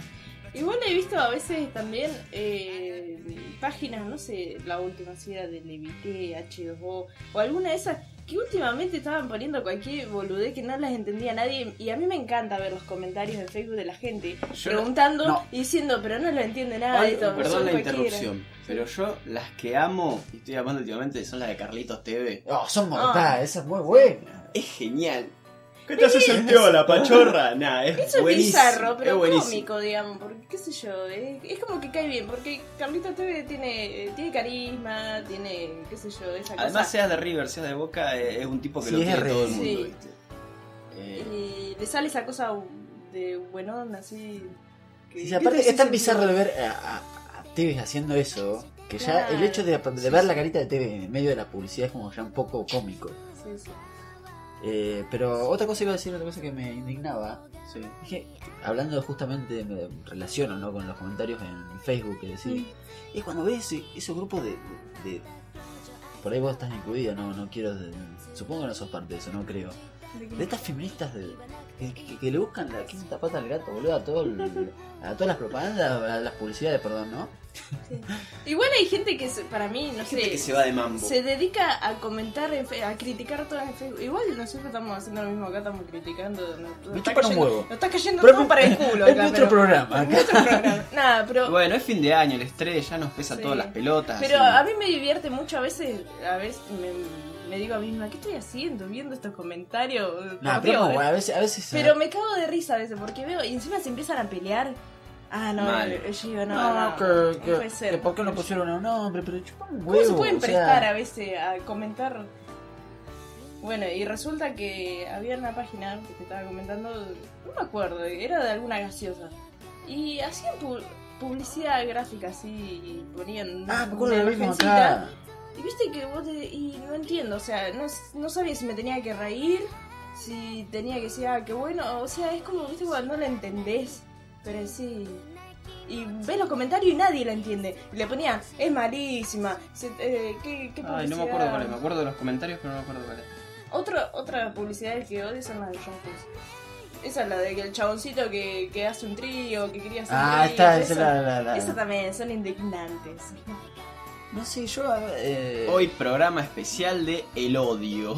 Igual he visto a veces también eh, páginas, no sé, la última si era de Levité, H2O o alguna de esas que últimamente estaban poniendo cualquier boludez que no las entendía nadie y a mí me encanta ver los comentarios en Facebook de la gente
Yo
preguntando
no.
y diciendo, pero no lo entiende nada
Ay,
esto.
perdón
son
la
cualquiera".
interrupción, pero yo las que amo y estoy amando últimamente son las de Carlitos TV.
Oh, son mortales, esa es muy buena.
Es genial. ¿Qué te haces el tío, la pachorra? Nah, es
Eso es
buenísimo.
bizarro,
es
pero
buenísimo.
cómico, digamos, porque qué sé yo, es, es como que cae bien, porque Carlita TV tiene, eh, tiene carisma, tiene, qué sé yo, esa
Además,
cosa.
seas de River, seas de Boca, eh, es un tipo que
Sí,
lo
es
quiere
re-
todo el mundo.
Sí.
¿viste? Eh,
Y le sale esa cosa de buenón así. que-
Y
que
aparte,
te
es tan
hace
bizarro de
sentir-
ver a, a- a Tevez haciendo eso, que ya
Claro.
el hecho de, de ver la carita de Tevez en el medio de la publicidad es como ya un poco cómico.
Sí, sí.
Eh, pero otra cosa iba a decir, otra cosa que me indignaba,
sí.
Es que, hablando justamente, me relaciono ¿no? con los comentarios en Facebook, que decís, es cuando ves ese- esos grupos de, de- Por ahí vos estás incluido, no, no quiero... de- supongo que no sos parte de eso, no creo. De estas feministas de, que, que- que le buscan la quinta pata al gato, boludo, a, todo el- a todas las propagandas, a las publicidades, perdón, ¿no?
Igual hay gente que se- para mí, no
Gente
sé.
que se va de mambo.
se dedica a comentar, en fe- a criticar todo en Facebook. Igual nosotros estamos haciendo lo mismo acá, estamos criticando. Nos, nos
Me
está
chupan un
cayendo,
huevo.
nos está cayendo
Pero
todo para el culo.
es
acá,
nuestro
pero-
programa.
es nuestro programa. Nada, pero
Bueno, es fin de año, el estrés, ya nos pesa
Sí.
todas las pelotas.
Pero
y-
a mí me divierte mucho a veces, a veces me, me digo a mí misma, ¿qué estoy haciendo? Viendo estos comentarios.
Nah,
Por
pero
Dios,
como,
eh.
a veces... A veces
Pero me cago de risa a veces porque veo y encima se empiezan a pelear. Ah, no,
Mal.
eh, Giva, no.
Ah, No, no, que, que-
puede ser.
que ¿por qué no pusieron a un hombre? Pero chupan un
¿Cómo
huevo.
se pueden
o sea,
prestar a veces a comentar? Bueno, y resulta que había una página que te estaba comentando, no me acuerdo, era de alguna gaseosa. Y hacían pu- publicidad gráfica así, y ponían
Ah, me acuerdo
una
de lo mismo
imagencita.
acá.
Y viste que vos te... Y no entiendo, o sea, no, no sabía si me tenía que reír, si tenía que decir, ah, qué bueno, o sea, es como, viste, cuando no la entendés, pero sí... Y ves los comentarios y nadie la entiende. Y le ponían, es malísima, se- eh, qué, qué
Ay, no me
publicidad".
acuerdo cuál es. Me acuerdo de los comentarios, pero no me acuerdo cuál es.
Otra, otra publicidad que odio son las de John Cruz. Esa es la de que el chaboncito que, que hace un trío, que quería hacer
Ah,
un trío.
está, esa
eso-
es la, la, la-
Esa también, son indignantes.
No sé, yo. eh,
Hoy programa especial de El Odio.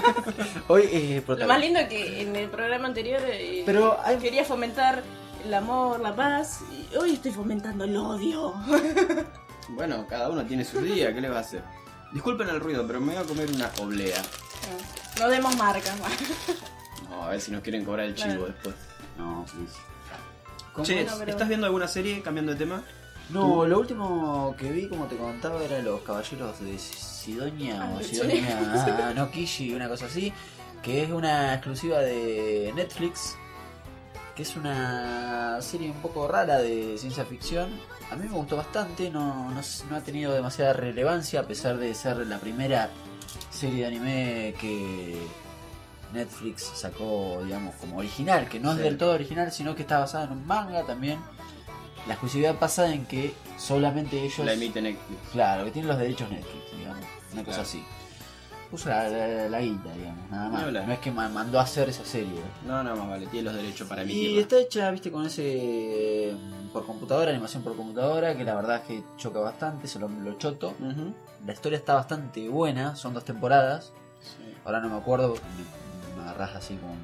Hoy es
Lo más lindo que en el programa anterior eh,
Pero hay-
quería fomentar el amor, la paz, y hoy estoy fomentando el odio.
bueno, cada uno tiene su día, ¿qué le va a hacer? Disculpen el ruido, pero me voy a comer una oblea.
no demos marcas.
No, a ver si nos quieren cobrar el chivo
Claro.
después.
No, sí, sí. ¿Cómo?
Che,
No, pero-
¿estás viendo alguna serie cambiando de tema?
No, lo último que vi, como te contaba, era los caballeros de Sidonia
Ah,
o
sí.
Sidonia Nokishi, una cosa así, que es una exclusiva de Netflix, que es una serie un poco rara de ciencia ficción. A mí me gustó bastante, no, no, s- no ha tenido demasiada relevancia, a pesar de ser la primera serie de anime que Netflix sacó, digamos, como original, que no es
Sí.
del todo original, sino que está basada en un manga también. La exclusividad pasa en que solamente ellos.
La emite Netflix.
Claro, que tienen los derechos Netflix, digamos. Una cosa
Claro.
así. Puso la, la- la guita, digamos, nada más.
Ni hablar.
No es que ma- mandó a hacer esa serie. ¿eh?
No, no, más vale, tiene los derechos para
Y
emitirla.
está hecha, viste, con ese. eh, por computadora, animación por computadora, que la verdad es que choca bastante, se lo, lo choto.
Ujú.
La historia está bastante buena, son dos temporadas.
Sí,
Ahora no me acuerdo, me, me agarrás así como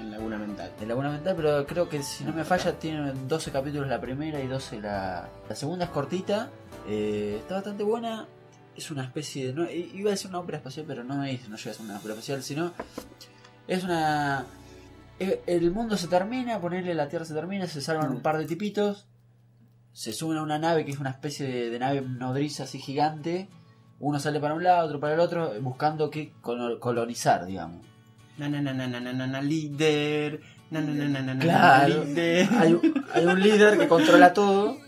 en Laguna Mental.
de Laguna Mental, pero creo que si no me falla tienen 12 capítulos la primera y 12 la... La segunda es cortita, eh, está bastante buena, es una especie de... No, i- iba a decir una ópera espacial, pero no es, no llega a ser una ópera espacial, sino es una... e- El mundo se termina, ponerle la Tierra se termina, se salvan un par de tipitos, se suben a una nave que es una especie de, de nave nodriza así gigante, uno sale para un lado, otro para el otro, buscando que colo- colonizar, digamos.
Na, na, na, na, na, na, na, na, líder. Na, na, na, na, na, na,
Claro.
na, líder.
Hay, un- hay un líder que controla todo.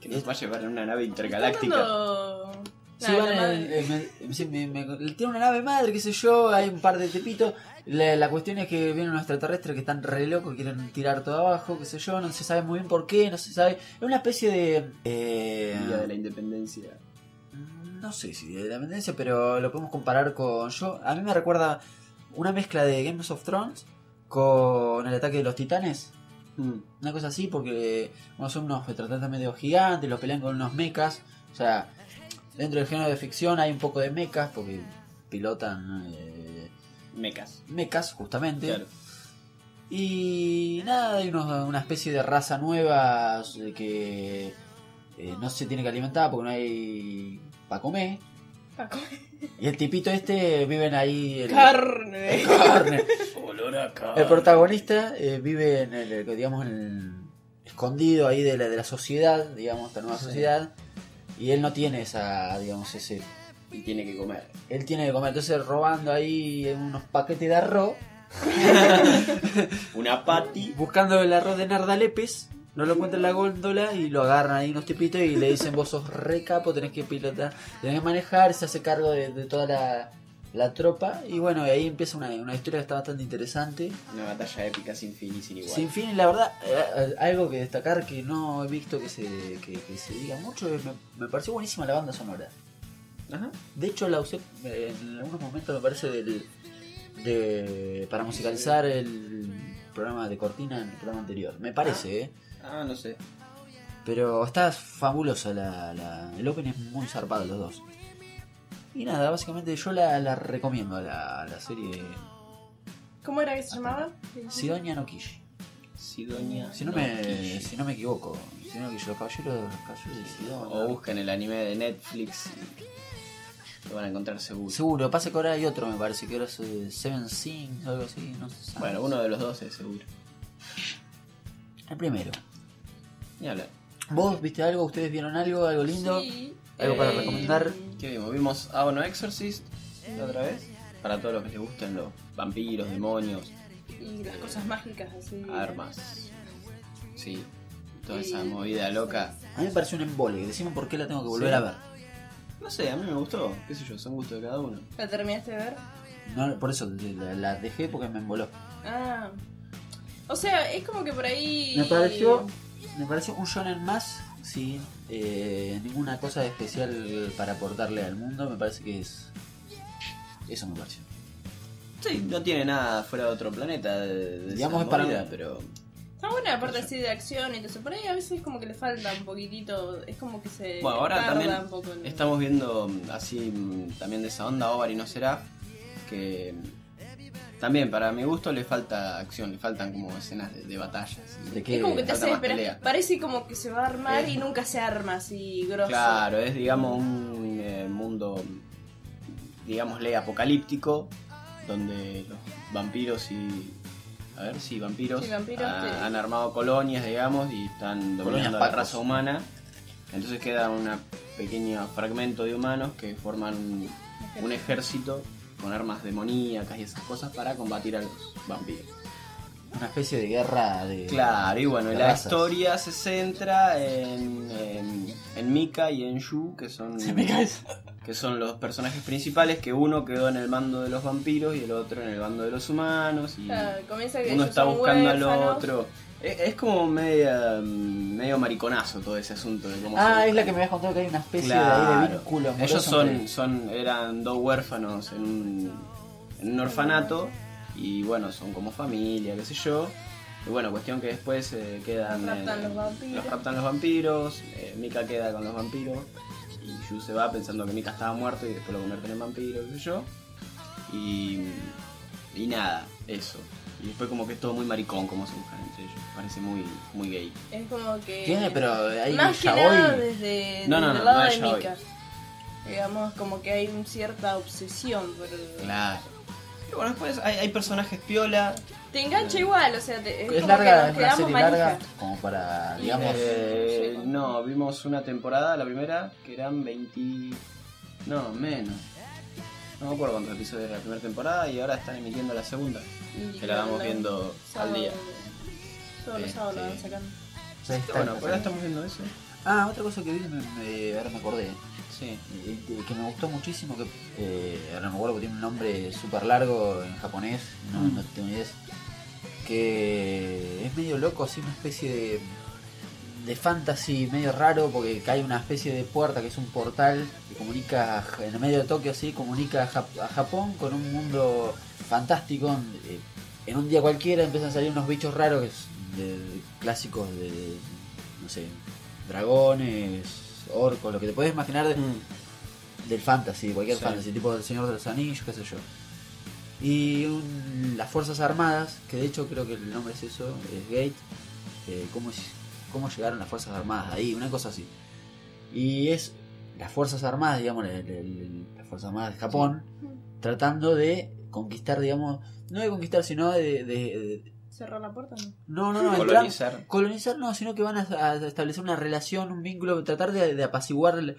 Que nos va a llevar en una nave intergaláctica.
Galáctica. Ah,
Si van en- en- me- si me- me- tiene una nave madre, qué sé yo, hay un par de tepitos. La, la cuestión es que vienen unos extraterrestres que están re locos, quieren tirar todo abajo, qué sé yo, no se sabe muy bien por qué, no se sabe. Es una especie de... eh,
Día de la independencia.
no sé si de la tendencia, pero lo podemos comparar con yo. A mí me recuerda una mezcla de Games of Thrones con el ataque de los titanes.
Mm.
Una cosa así, porque bueno, son unos retratantes medio gigantes, los pelean con unos mechas. O sea, dentro del género de ficción hay un poco de mechas, porque pilotan eh,
Mecas.
mechas, justamente.
Claro.
Y nada, hay unos- una especie de raza nueva eh, que eh, no se tiene que alimentar porque no hay para comer. Y el tipito este viven ahí. el- ¿Eh?
Carne.
carne.
Olor a carne.
El protagonista eh, vive en el, eh, digamos, en el- escondido ahí de la, de la sociedad, digamos, esta nueva
Sí.
sociedad, y él no tiene esa, digamos, ese...
Y tiene que comer.
Él tiene que comer, entonces robando ahí unos paquetes de arroz,
Una pati.
buscando el arroz de Nardalepes, no lo encuentra en la góndola y lo agarran ahí unos tipitos y le dicen vos sos re capo, tenés que pilotar, tenés que manejar, se hace cargo de, de toda la, la tropa, y bueno, y ahí empieza una, una historia que está bastante interesante.
Una batalla épica sin fin y sin igual.
Sin fin, la verdad, eh, eh, algo que destacar que no he visto que se, que, que se diga mucho, eh, me, me pareció buenísima la banda sonora.
Ajá.
De hecho, la usé eh, en algunos momentos, me parece, del, de, para musicalizar el programa de Cortina en el programa anterior. Me parece, ¿eh?
Ah, no sé.
Pero está fabulosa la, la- el Open, es muy zarpado los dos. Y nada, básicamente yo la, la recomiendo a la, a la serie
¿Cómo era que se llamaba?
Sidonia Nokishi.
Sidonia.
Si no, me, si no me equivoco, si no me equivoco, los caballeros, los caballeros de Sidón.
O busquen el anime de Netflix. y Lo van a encontrar seguro.
Seguro, pasa que ahora hay otro, me parece, que ahora es eh, Seven Sins o algo así, no sé.
Bueno, uno de los dos es seguro.
El primero.
Ni hablar.
¿Vos viste algo? ¿Ustedes vieron algo? ¿Algo lindo?
Sí,
¿Algo para
eh,
recomendar?
¿Qué vimos? Vimos Ah, bueno, Exorcist la otra vez. Para todos los que les gusten los vampiros, demonios,
Y las cosas mágicas así.
Ah,
armas. Sí, toda
Y-
esa movida loca.
A mí me pareció un embole. Decime por qué la tengo que volver
Sí.
a ver.
No sé, a mí me gustó. ¿Qué sé yo? Son gustos de cada uno.
¿La terminaste de ver?
No, por eso la, la dejé porque me emboló.
Ah. O sea, es como que por ahí.
Me pareció, me pareció un shonen más sin eh, ninguna cosa especial para aportarle al mundo. Me parece que es. Eso me pareció.
Sí, no tiene nada fuera de otro planeta. De, de
Digamos,
esa
es para-
movida, pero.
Está buena la parte así de acción y todo eso. Por ahí a veces como que le falta un poquitito. Es como que se.
Bueno, ahora
tarda
también
un poco en-
estamos viendo mm, así mm, también de esa onda Over y no será que mm, también para mi gusto le falta acción, le faltan como escenas de, de batallas. ¿sí?
¿De qué?
Es como que te
Falta
hace
más
esperar.
pelea.
Parece como que se va a armar
Eh.
y nunca se arma así grosso.
Claro, es digamos un eh, mundo, digámosle, apocalíptico, donde los vampiros y... A ver, sí, vampiros,
Sí, vampiros,
ha-
sí.
han armado colonias, digamos, y están
Colonias
dominando a la
patos.
raza humana. Entonces queda un pequeño fragmento de humanos que forman un, un ejército con armas demoníacas y esas cosas para combatir a los vampiros.
Una especie de guerra de.
Claro, y bueno,
de
la
razas.
historia se centra en, en, en Mika y en Yu, que son, que son los personajes principales, que uno quedó en el bando de los vampiros y el otro en el bando de los humanos, y
Claro, comienza que
uno
ellos
está
son
buscando al
huérfanos.
otro. Es, es como media, mm, medio mariconazo todo ese asunto de cómo
Ah,
se-
es la que me habías contado que hay una especie de, ahí de
Claro.
vínculo. amoroso
Ellos son,
entre-
son, eran dos huérfanos en un, en un orfanato y bueno, son como familia, qué sé yo. Y bueno, cuestión que después eh, quedan...
Los raptan
eh,
los vampiros.
los raptan los vampiros, eh, Mika queda con los vampiros y Yu se va pensando que Mika estaba muerto y después lo convierten en vampiro, qué sé yo. Y, y nada, eso. Y después como que es todo muy maricón como se buscan entre ellos. Parece muy, muy gay.
Es como que.
Tiene, pero hay
Más que
yaoi.
nada desde,
No,
desde
no, no,
el lado
no es
de
yaoi.
Mika. Digamos, como que hay una cierta obsesión por el-
Claro. Y bueno, después hay, hay personajes piola,
Te engancha igual, o sea, te, es,
Es
como
larga,
que
es
nos
una
quedamos
serie
manija.
larga. Como para, digamos.
Eh, no, vimos una temporada, la primera, que eran 20. No, menos. No me acuerdo cuántos episodios de la primera temporada y ahora están emitiendo la segunda.
Y
Que la vamos
los
viendo al
sábados-
día.
Todos los
Este.
sábados la van sacando.
ya está.
Bueno, por ahora estamos viendo eso.
Ah, otra cosa que vi, me, me- ahora me acordé.
Sí.
eh, que- Que me gustó muchísimo, que eh, ahora me acuerdo que tiene un nombre súper largo en japonés, no,
Mm.
no tengo idea. Que es medio loco, así una especie de, de fantasy medio raro, porque cae una especie de puerta que es un portal que comunica, a Ja- en el medio de Tokio, así, comunica a, Jap- a Japón con un mundo fantástico. donde, eh, en un día cualquiera empiezan a salir unos bichos raros que es de, de clásicos de, de, no sé, dragones, orcos, lo que te puedes imaginar de- del fantasy, de cualquier
Sí.
fantasy, tipo del Señor de los Anillos, qué sé yo. Y un- las Fuerzas Armadas, que de hecho creo que el nombre es eso, es Gate, eh, ¿cómo, es- cómo llegaron las Fuerzas Armadas ahí, una cosa así. Y es las Fuerzas Armadas, digamos, el- el- el- las Fuerzas Armadas de Japón, tratando de conquistar, digamos, no de conquistar, sino de- de- de,
¿Cerrar la puerta no?
no, no, no, entrar- colonizar.
Colonizar.
no, sino que van a, a establecer una relación, un vínculo, tratar de, de apaciguar l-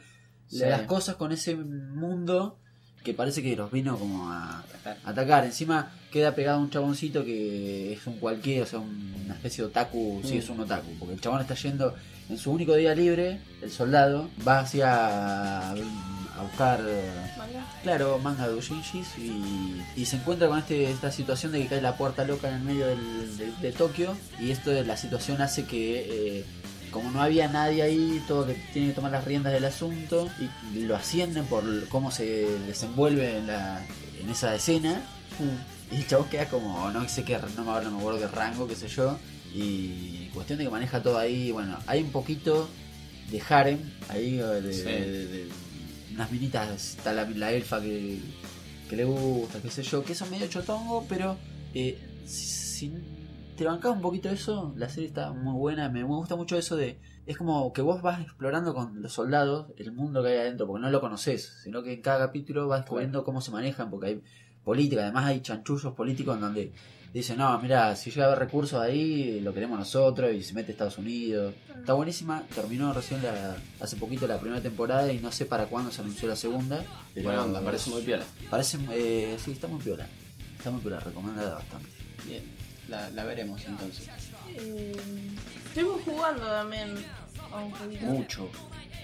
Sí.
las cosas con ese mundo que parece que los vino como a atacar. Encima queda pegado un chaboncito que es un cualquiera, o sea, un- una especie de otaku, sí,
Mm.
es un otaku, porque el chabón está yendo en su único día libre, el soldado, va hacia a buscar eh,
Manga.
Claro, manga de Ushinshis y, y se encuentra con este, esta situación de que cae la puerta loca en el medio del- de, de Tokio y esto de la situación hace que eh, como no había nadie ahí, todos de- tienen que tomar las riendas del asunto y lo ascienden por l- cómo se desenvuelve en, la, en esa escena y el chabón queda como, "Oh, no sé qué, no me, no me acuerdo qué rango, qué sé yo y cuestión de que maneja todo ahí, bueno, hay un poquito de harem ahí de- de-
Sí.
de- de unas minitas, está la, la elfa que, que le gusta, qué sé yo, que son medio chotongo, pero eh, si, si te bancás un poquito eso, la serie está muy buena, me, me gusta mucho eso de es como que vos vas explorando con los soldados el mundo que hay adentro, porque no lo conoces, sino que en cada capítulo vas descubriendo cómo se manejan, porque hay política, además hay chanchullos políticos en donde dicen, no, mira, si llega a haber recursos ahí, lo queremos nosotros, y se mete Estados Unidos. Está buenísima, terminó recién la- hace poquito la primera temporada y no sé para cuándo se anunció la segunda. Pero
Buena onda, parece muy piola.
Parece, eh, sí, está muy piola. Está muy piola, recomendada bastante.
Bien, la, la veremos entonces.
Eh, estuvimos jugando también a un jueguito.
Uh,
Mucho.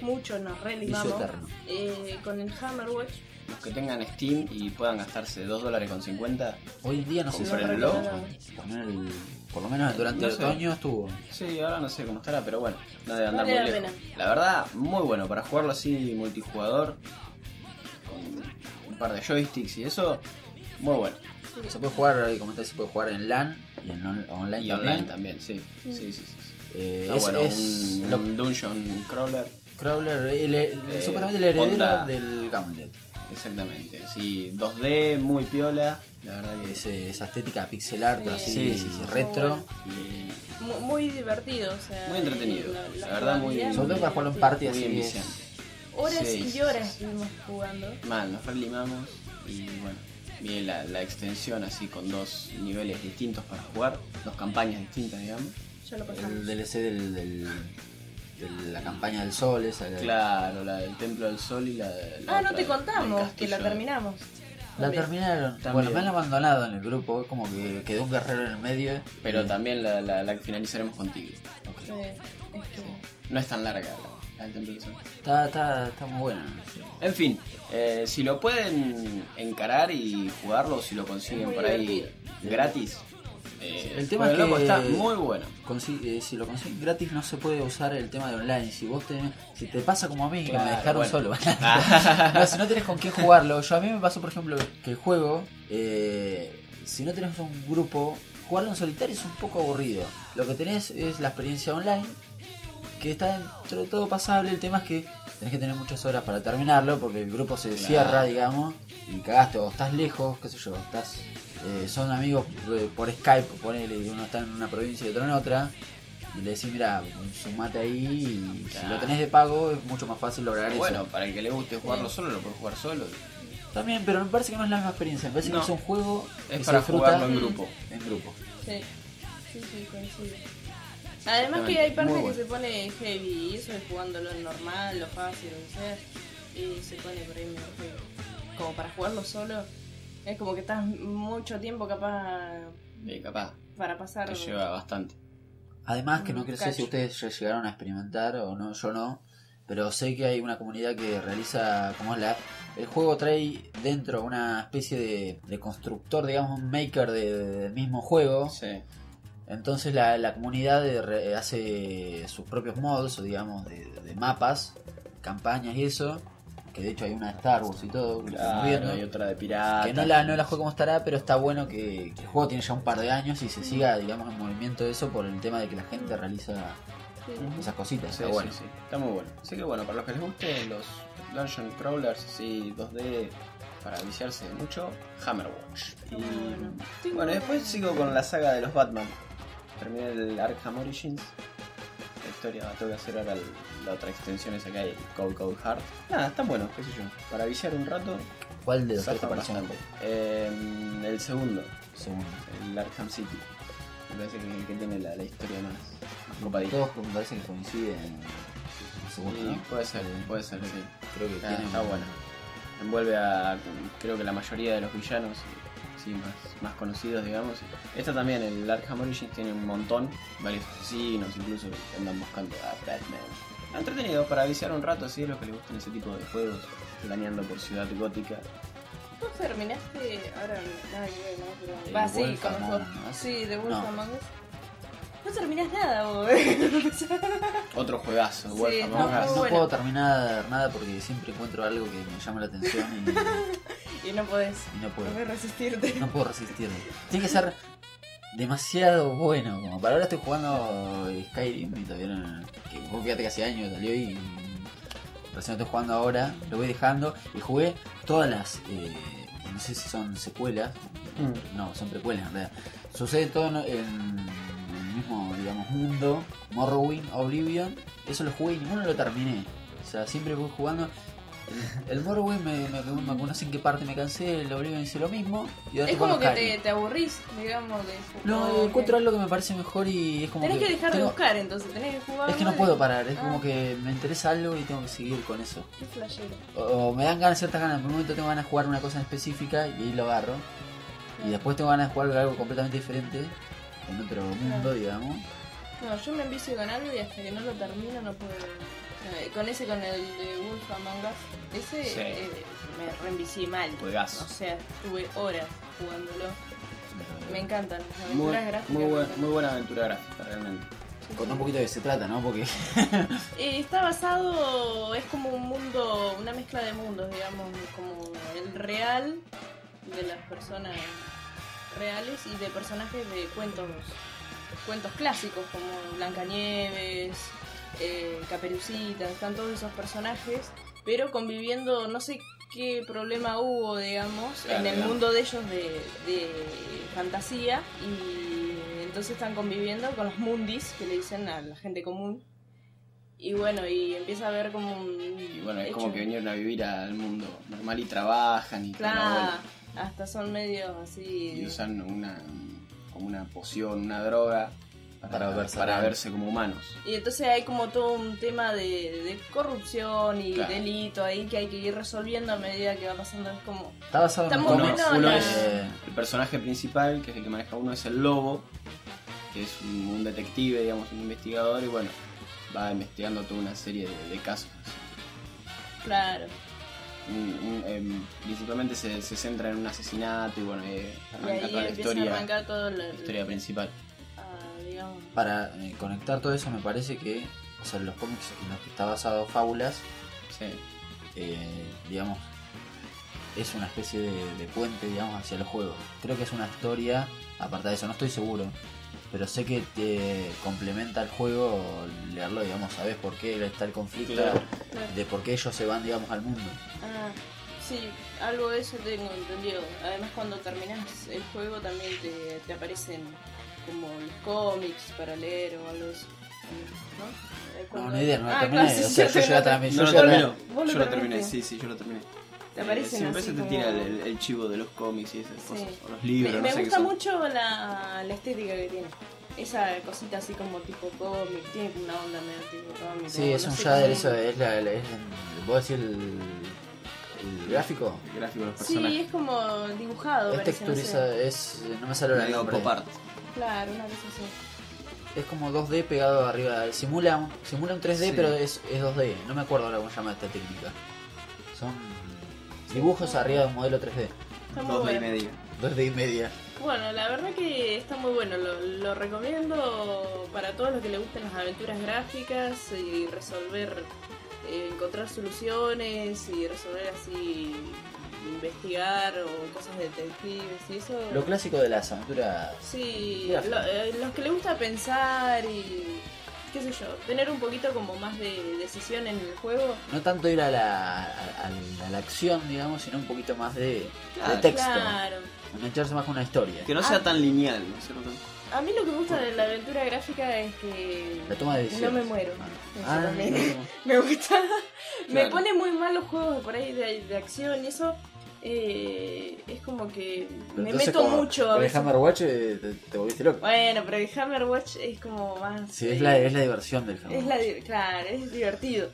Mucho nos
Hizo
religamos.
eterno.
Eh, con el Hammerwatch.
Los que tengan Steam y puedan gastarse 2 dólares con 50.
Hoy en día no sé si
¿Comprar
está
el
mucho,
logo?
por lo menos el- por lo menos durante
No
el
sé.
otoño estuvo.
Sí, ahora no sé cómo estará, pero bueno, no debe andar
Vale
muy
la
lejos. La verdad, muy bueno para jugarlo así multijugador. Con un par de joysticks y eso. Muy bueno.
Se puede jugar, ahí comenté, se puede jugar en LAN y en on- online
Y
también.
online también, sí. Sí, sí, sí. sí.
Eh,
Está
es,
bueno,
es
un,
lo-
un dungeon crawler.
Crawler, el, el-
Eh,
supuestamente el heredero
onda.
del Gauntlet.
Exactamente. Sí, 2D, muy piola. La verdad que sí.
Ese- eh, esa estética pixel art
Sí.
así
Sí, sí, sí.
retro.
Y
Mu- Muy divertido, o sea.
Muy entretenido,
eh,
la verdad, muy-
jugabilidad
Sobre todo para jugarlo en
divertida.
party
muy
así es.
enviciante.
Horas
Sí, sí,
y horas
sí.
estuvimos jugando.
Mal, nos relimamos y bueno, viene la, la extensión así con dos niveles distintos para jugar, dos campañas distintas, digamos.
Ya lo pasamos.
El DLC del, del- de la campaña del sol, esa la-
Claro, la del Templo del Sol y la de- la
ah,
otra
no
del-
te
del
contamos que
castillo.
la terminamos.
La
También.
terminaron.
También.
Bueno, me han abandonado en el grupo, es como que quedó un guerrero en el medio.
Pero también la, la- la que finalizaremos contigo.
Eh, es que-
No es tan larga la, la del Templo del Sol.
Está, está, está muy buena.
En fin, eh, si lo pueden encarar y jugarlo, si lo consiguen
muy
por ahí
divertido.
gratis. eh,
El tema
jueguenlo,
es que-
está muy bueno.
Consi- eh, si lo consigues gratis no se puede usar el tema de online. Si vos tenés- si te pasa como a mí, que
Claro,
me dejaron
bueno. Ah.
solo. No, si no tenés con qué jugarlo. Yo a mí me pasó, por ejemplo, que el juego, eh, si no tenés un grupo, jugarlo en solitario es un poco aburrido. Lo que tenés es la experiencia online, que está dentro de todo pasable. El tema es que tenés que tener muchas horas para terminarlo, porque el grupo se
Claro.
cierra, digamos, y cagaste, o estás lejos, qué sé yo, estás. eh, son amigos eh, por Skype, ponele, y uno está en una provincia y otro en otra. Y le decís, mira, sumate ahí y si
Claro.
lo tenés de pago es mucho más fácil lograr eso.
Bueno, para el que le guste jugarlo solo, lo puede jugar solo.
También, pero me parece que no es la misma experiencia. Me parece
No.
que es un juego que
Es
se
para
disfruta
Mm.
jugarlo en grupo.
en grupo.
Sí, sí, sí, coincido. Además que
Exactamente,
hay partes
muy
que
bueno.
se pone heavy, y eso es jugándolo en normal, lo fácil, o sea, y se pone por ahí medio heavy. Como para jugarlo solo, es como que estás mucho tiempo capaz
Eh, capaz,
para pasar.
te lleva bastante.
Además, que no
Mm,
quiero sé si
cacho.
ustedes ya llegaron a experimentar o no, yo no. Pero sé que hay una comunidad que realiza, como es la... El juego trae dentro una especie de, de constructor, digamos, un maker de- de- del mismo juego.
Sí.
Entonces la, la comunidad de- re- hace sus propios mods, o digamos, de, de mapas, campañas y eso. Que de hecho hay una de Star Wars y todo. que lo estamos viendo.
Claro, y otra de pirata.
Que no la, no la juego como estará, pero está bueno que, que el juego tiene ya un par de años y se siga, digamos, en movimiento eso por el tema de que la gente realiza
Ujú.
esas cositas.
Sí,
está bueno.
sí, sí. Está muy bueno. Así que bueno, para los que les guste los Dungeon Crawlers así 2D para viciarse mucho, Hammerwatch. Y bueno, después sigo con la saga de los Batman. Terminé el Arkham Origins. La historia, tengo que hacer ahora el- la otra extensión esa que hay, el Cold Cold Heart. Nada, están buenos, qué sé yo. Para viciar un rato,
¿Cuál de los tres te
zafan
pareció
bastante. Eh, el segundo,
segundo?
el Arkham City. Me parece que es el que tiene la, la historia más, más copadita.
Todos me parece que coinciden en el segundo,
Sí,
¿no? Ah,
puede ser, puede ser, sí.
Creo que
Está,
tienen-
Ah, está bueno. Envuelve a, creo que la mayoría de los villanos sí, más, más conocidos, digamos. Esta también, el Arkham Origins, tiene un montón, varios asesinos, incluso que andan buscando a Batman. Está Entretenido, para viciar un rato, así es lo que les gustan ese tipo de juegos, planeando por ciudad gótica.
¿Vos terminaste ahora? Nada que ver, ¿no?
El
Pero... Va, sí,
Wolf
con
Among
vos.
Us.
Sí, de Wolf
No.
Among Us. No terminás nada, vos.
Otro juegazo, Wolf
Sí,
Among
No,
está
Us.
no
bueno.
puedo terminar nada porque siempre encuentro algo que me llama la atención y, y
y no podés.
no puedo.
No podés resistirte.
No puedo resistirlo. Tiene que ser demasiado bueno. Como para ahora estoy jugando Skyrim y todavía no. Que vos fíjate que hace años salió y. Recién lo estoy jugando ahora, lo voy dejando. Y jugué todas las. eh, no sé si son secuelas. No, son precuelas en realidad. Sucede todo en, en el mismo, digamos, mundo, Morrowind, Oblivion, eso lo jugué y ninguno lo terminé. O sea, siempre voy jugando. El, el Morrowind me, me, me- no sé en qué parte me cansé, el Oblivion hice lo mismo. Y ahora
Es
estoy con
como
los
que
Skyrim.
te, te aburrís, digamos, de jugar.
No,
de-
encuentro algo que me parece mejor y es como
Tenés
que.
que dejar de
tengo-
buscar, entonces tenés que jugar.
Es que no
más
puedo
y-
parar, es
Ah,
como que me interesa algo y tengo que seguir con eso.
qué flashero.
O, o me dan ganas, ciertas ganas. En un momento tengo ganas de jugar una cosa en específica y ahí lo agarro. Y después tengo ganas de jugar algo completamente diferente, en otro mundo, digamos.
No, yo me envicio con algo y hasta que no lo termino no puedo. Eh, Con ese, con el de Wolf Among Us, ese
Sí.
eh, me reenvicié mal.
Juegazo.
O sea, estuve horas jugándolo. Me encantan las
Muy,
aventuras gráficas.
muy,
me
buen-
encantan.
muy buena aventura gráfica, realmente.
Contá un poquito de qué se trata, ¿no? Porque.
Eh, está basado, es como un mundo, una mezcla de mundos, digamos, como el real de las personas reales y de personajes de cuentos, cuentos clásicos como Blancanieves, eh, Caperucita, están todos esos personajes, pero conviviendo, no sé qué problema hubo, digamos,
Claro,
en el
digamos.
mundo de ellos de, de fantasía y entonces están conviviendo con los mundis que le dicen a la gente común. Y bueno, y empieza a haber como un...
Y bueno, es
hecho-
como que vinieron a vivir al mundo normal y trabajan y toda la
Claro,
bola.
hasta son medios así...
Y usan una, como una poción, una droga
Para verse
para
bien.
verse como humanos.
Y entonces hay como todo un tema de, de corrupción y
Claro.
delito ahí que hay que ir resolviendo a medida que va pasando. Es como...
Está basado
Está
en
muy
cómics, eh,
Uno, uno
bueno la-
es eh, el personaje principal, que es el que maneja uno, es el lobo, que es un, un detective, digamos, un investigador, y bueno, va investigando toda una serie de, de casos.
Claro.
Un- un, em, principalmente se, se centra en un asesinato y bueno, eh,
Y
arranca toda la
ahí empieza a
historia,
arrancar todo el-
la historia principal.
ah, digamos.
Para eh, conectar todo eso, me parece que. O sea, los cómics en los que está basado Fábulas,
Sí.
eh, digamos, es una especie de, de puente, digamos, hacia los juegos. Creo que es una historia, aparte de eso, no estoy seguro, pero sé que te complementa el juego leerlo, digamos, sabes por qué está el conflicto,
Claro.
Claro.
de por qué ellos se van, digamos, al mundo.
Ah, sí, algo de eso tengo entendido. Además, cuando terminas el juego también te, te aparecen como los cómics para leer o algo de eso. ¿No? Eh,
No,
cuando-
no idea, no lo
Ah,
terminé,
claro, sí,
o sea, yo
cierto,
ya
no te-
también,
No
yo
lo
ya
terminó.
Vos lo
Yo lo terminé,
terminaste.
sí, sí, yo lo terminé.
Te
Eh,
aparecen
siempre
así
se
como-
te tira el, el- el chivo de los cómics y esas
Sí.
cosas. O los
Me,
libros, no
me
sé qué
gusta
son.
mucho la, la estética que tiene. Esa cosita así como tipo cómic, tiene una onda medio tipo cómic.
Sí,
como
es
no
un
sé
shader,
cómo-
eso es la, la- es el- ¿Vos decís el, el gráfico?
El gráfico de los
Sí,
personajes.
es como dibujado,
Es
parece, no sé.
texturiza, es, no me sale ahora el
Medio
nombre.
pop art.
Claro, una cosa así.
Es como 2D pegado arriba. Simula un, simula un 3D,
Sí.
pero es, es 2D. No me acuerdo ahora cómo se llama esta técnica. Son dibujos arriba de un modelo 3D.
Está muy
Dos de y
bueno.
medio.
2D y media.
Bueno, la verdad que está muy bueno, lo, lo recomiendo para todos los que les gusten las aventuras gráficas y resolver, eh, encontrar soluciones y resolver así, investigar o cosas de detectives y eso.
Lo clásico de las aventuras.
Sí,
Mira.
lo- eh, los que les gusta pensar y qué sé yo, tener un poquito como más de decisión en el juego.
No tanto ir a la, a, a la- a la acción, digamos, sino un poquito más de, de
Claro.
texto.
Claro.
Engancharse más con una historia.
Que no
Ah.
sea tan lineal, ¿no es cierto?
A mí lo que me gusta de la aventura gráfica es que
La toma de
no
decisiones.
me muero. Eso
Ah,
también.
no.
Me gusta. Me
Claro.
pone muy mal los juegos por ahí de, de acción y eso. eh, es como que
Pero
me
entonces
meto
como-
mucho. a
Con el
veces.
Hammerwatch eh, te, te volviste loco.
Bueno, pero el Hammerwatch es como más.
sí, es la,
eh,
es la diversión del Hammerwatch.
es la di- claro, es divertido.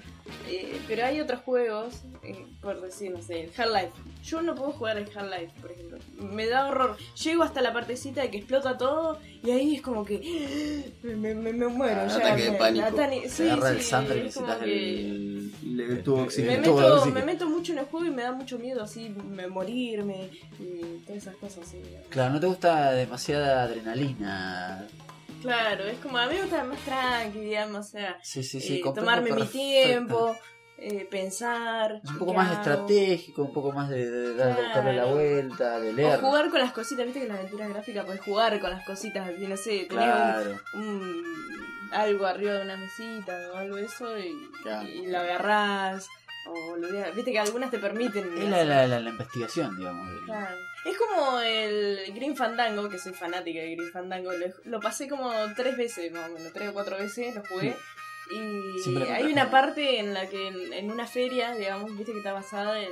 Eh, pero hay otros juegos, eh, por decir, no sé, el Half-Life. Yo no puedo jugar el Half-Life, por ejemplo. Me da horror. Llego hasta la partecita de que explota todo y ahí es como que. Me, me- me- me muero.
Ah,
ya,
ataque de
me-
pánico.
atani- sí,
agarra
sí,
el Sandra y
es
necesitas
como que-
Le tuvo
me
Eh,
oxígeno.
todo
meto,
así que-
me meto mucho en el juego y me da mucho miedo así me- morirme y todas esas cosas así.
Claro, no te gusta demasiada adrenalina.
Claro, es como a mí me gusta más tranqui, digamos, o sea,
Sí, sí, sí.
eh,
comprendo
tomarme mi
perfecto.
tiempo, eh, pensar.
Es un poco
qué
más
hago.
estratégico, un poco más de, de dar- de
Claro.
darle la vuelta, de
O
leer.
jugar con las cositas, viste que en la aventura gráfica puedes jugar con las cositas, así, no sé, tenés
Claro.
un, un- algo arriba de una mesita o algo de eso y,
Claro.
y lo agarrás. O boludear. Viste que algunas te permiten.
Es la,
hacer-
la, la- la investigación, digamos. del-
Claro. Es como el Green Fandango, que soy fanática de Green Fandango. Lo, lo pasé como tres veces, más o menos, tres o cuatro veces, lo jugué. Y
Siempre la
hay
contras,
una
¿no?
parte en la que en, en una feria, digamos, viste que está basada en,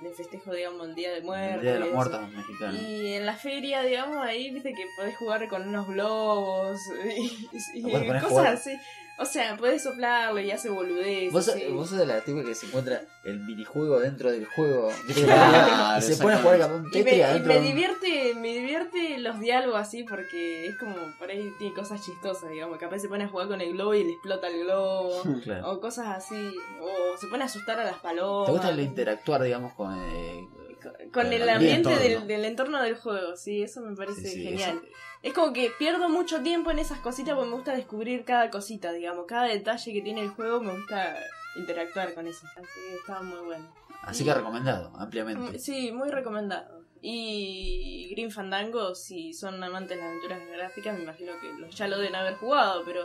en el festejo, digamos, el Día de Muertos.
el Día de
y
los
eso.
Muertos mexicanos.
Y en la feria, digamos, ahí viste que podés jugar con unos globos y, y-
Ah, bueno,
y
ponés
cosas
jugar.
así. O sea, podés soplarlo y hace boludez.
¿Vos,
así.
vos sos de la tipo que se encuentra el minijuego dentro del juego.
Claro,
Y se pone a jugar
exactamente.
a
Y me,
un Tetris
y
adentro.
me
de un-
divierte, me divierte los diálogos así porque es como por ahí tiene cosas chistosas, digamos. Capaz se pone a jugar con el globo y le explota el globo.
Claro.
o cosas así. O se pone a asustar a las palomas.
¿Te gusta el interactuar, digamos, con. eh,
Oh. Con- Con el
El
ambiente
entorno.
del, del entorno del juego, sí, eso me parece
sí, sí,
genial.
es-
Es como que pierdo mucho tiempo en esas cositas porque me gusta descubrir cada cosita, digamos. Cada detalle que tiene el juego me gusta interactuar con eso. Así que estaba muy bueno.
Así que recomendado, ampliamente.
Mm, Sí, muy recomendado. Y Green Fandango, si son amantes de las aventuras gráficas, me imagino que los, ya lo deben haber jugado, pero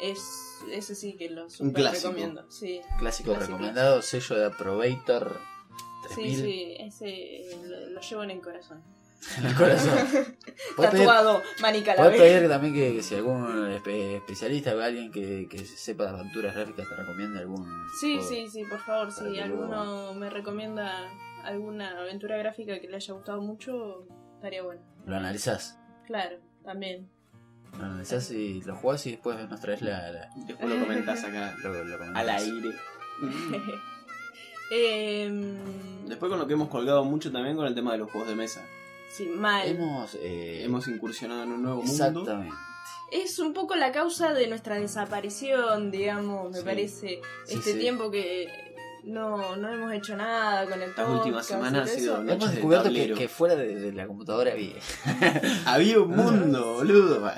es ese sí que lo
Un
super
clásico.
recomiendo. Sí,
Clásico
Clásico.
recomendado, sello de Approbator 3000
sí, sí, ese eh, lo, lo llevo en el corazón.
en el corazón. Podés pedir-
Tatuado, manica la
podés
vez.
pedir también que, que si algún espe- especialista o alguien que, que sepa de aventuras gráficas te recomiende algún.
Sí,
juego.
sí, sí, por favor,
Oh. Para
si
que
alguno me recomienda alguna aventura gráfica que le haya gustado mucho, estaría bueno.
Lo analizás.
Claro, también.
Lo analizás y lo jugás y después nos traes la, la-
Después lo comentás acá
lo, lo comentás.
al aire.
Em,
Después con lo que hemos colgado mucho también con el tema de los juegos de mesa.
sí, mal.
Hemos. eh,
Hemos incursionado en un nuevo mundo.
exactamente.
es un poco la causa de nuestra desaparición, digamos, me
Sí.
parece.
Sí,
este
sí.
tiempo que no, no hemos hecho nada con el
Estas
podcast
últimas
y
semanas
todo
ha sido
eso.
noches
Hemos
de
descubierto que,
tablero.
que fuera de, de la computadora había.
Había un mundo, boludo.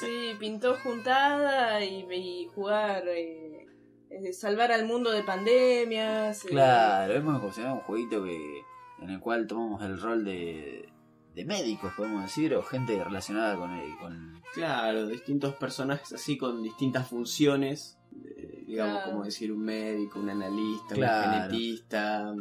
Sí, pintó juntada y, y jugar, eh, eh, salvar al mundo de pandemias. eh,
Este,
Claro, hemos incursionado en un jueguito que, en el cual tomamos el rol de, de médicos, podemos decir, o gente relacionada con, el- con
Claro, distintos personajes así con distintas funciones. eh, digamos,
Claro.
como decir, un médico, un analista, un
Claro.
genetista.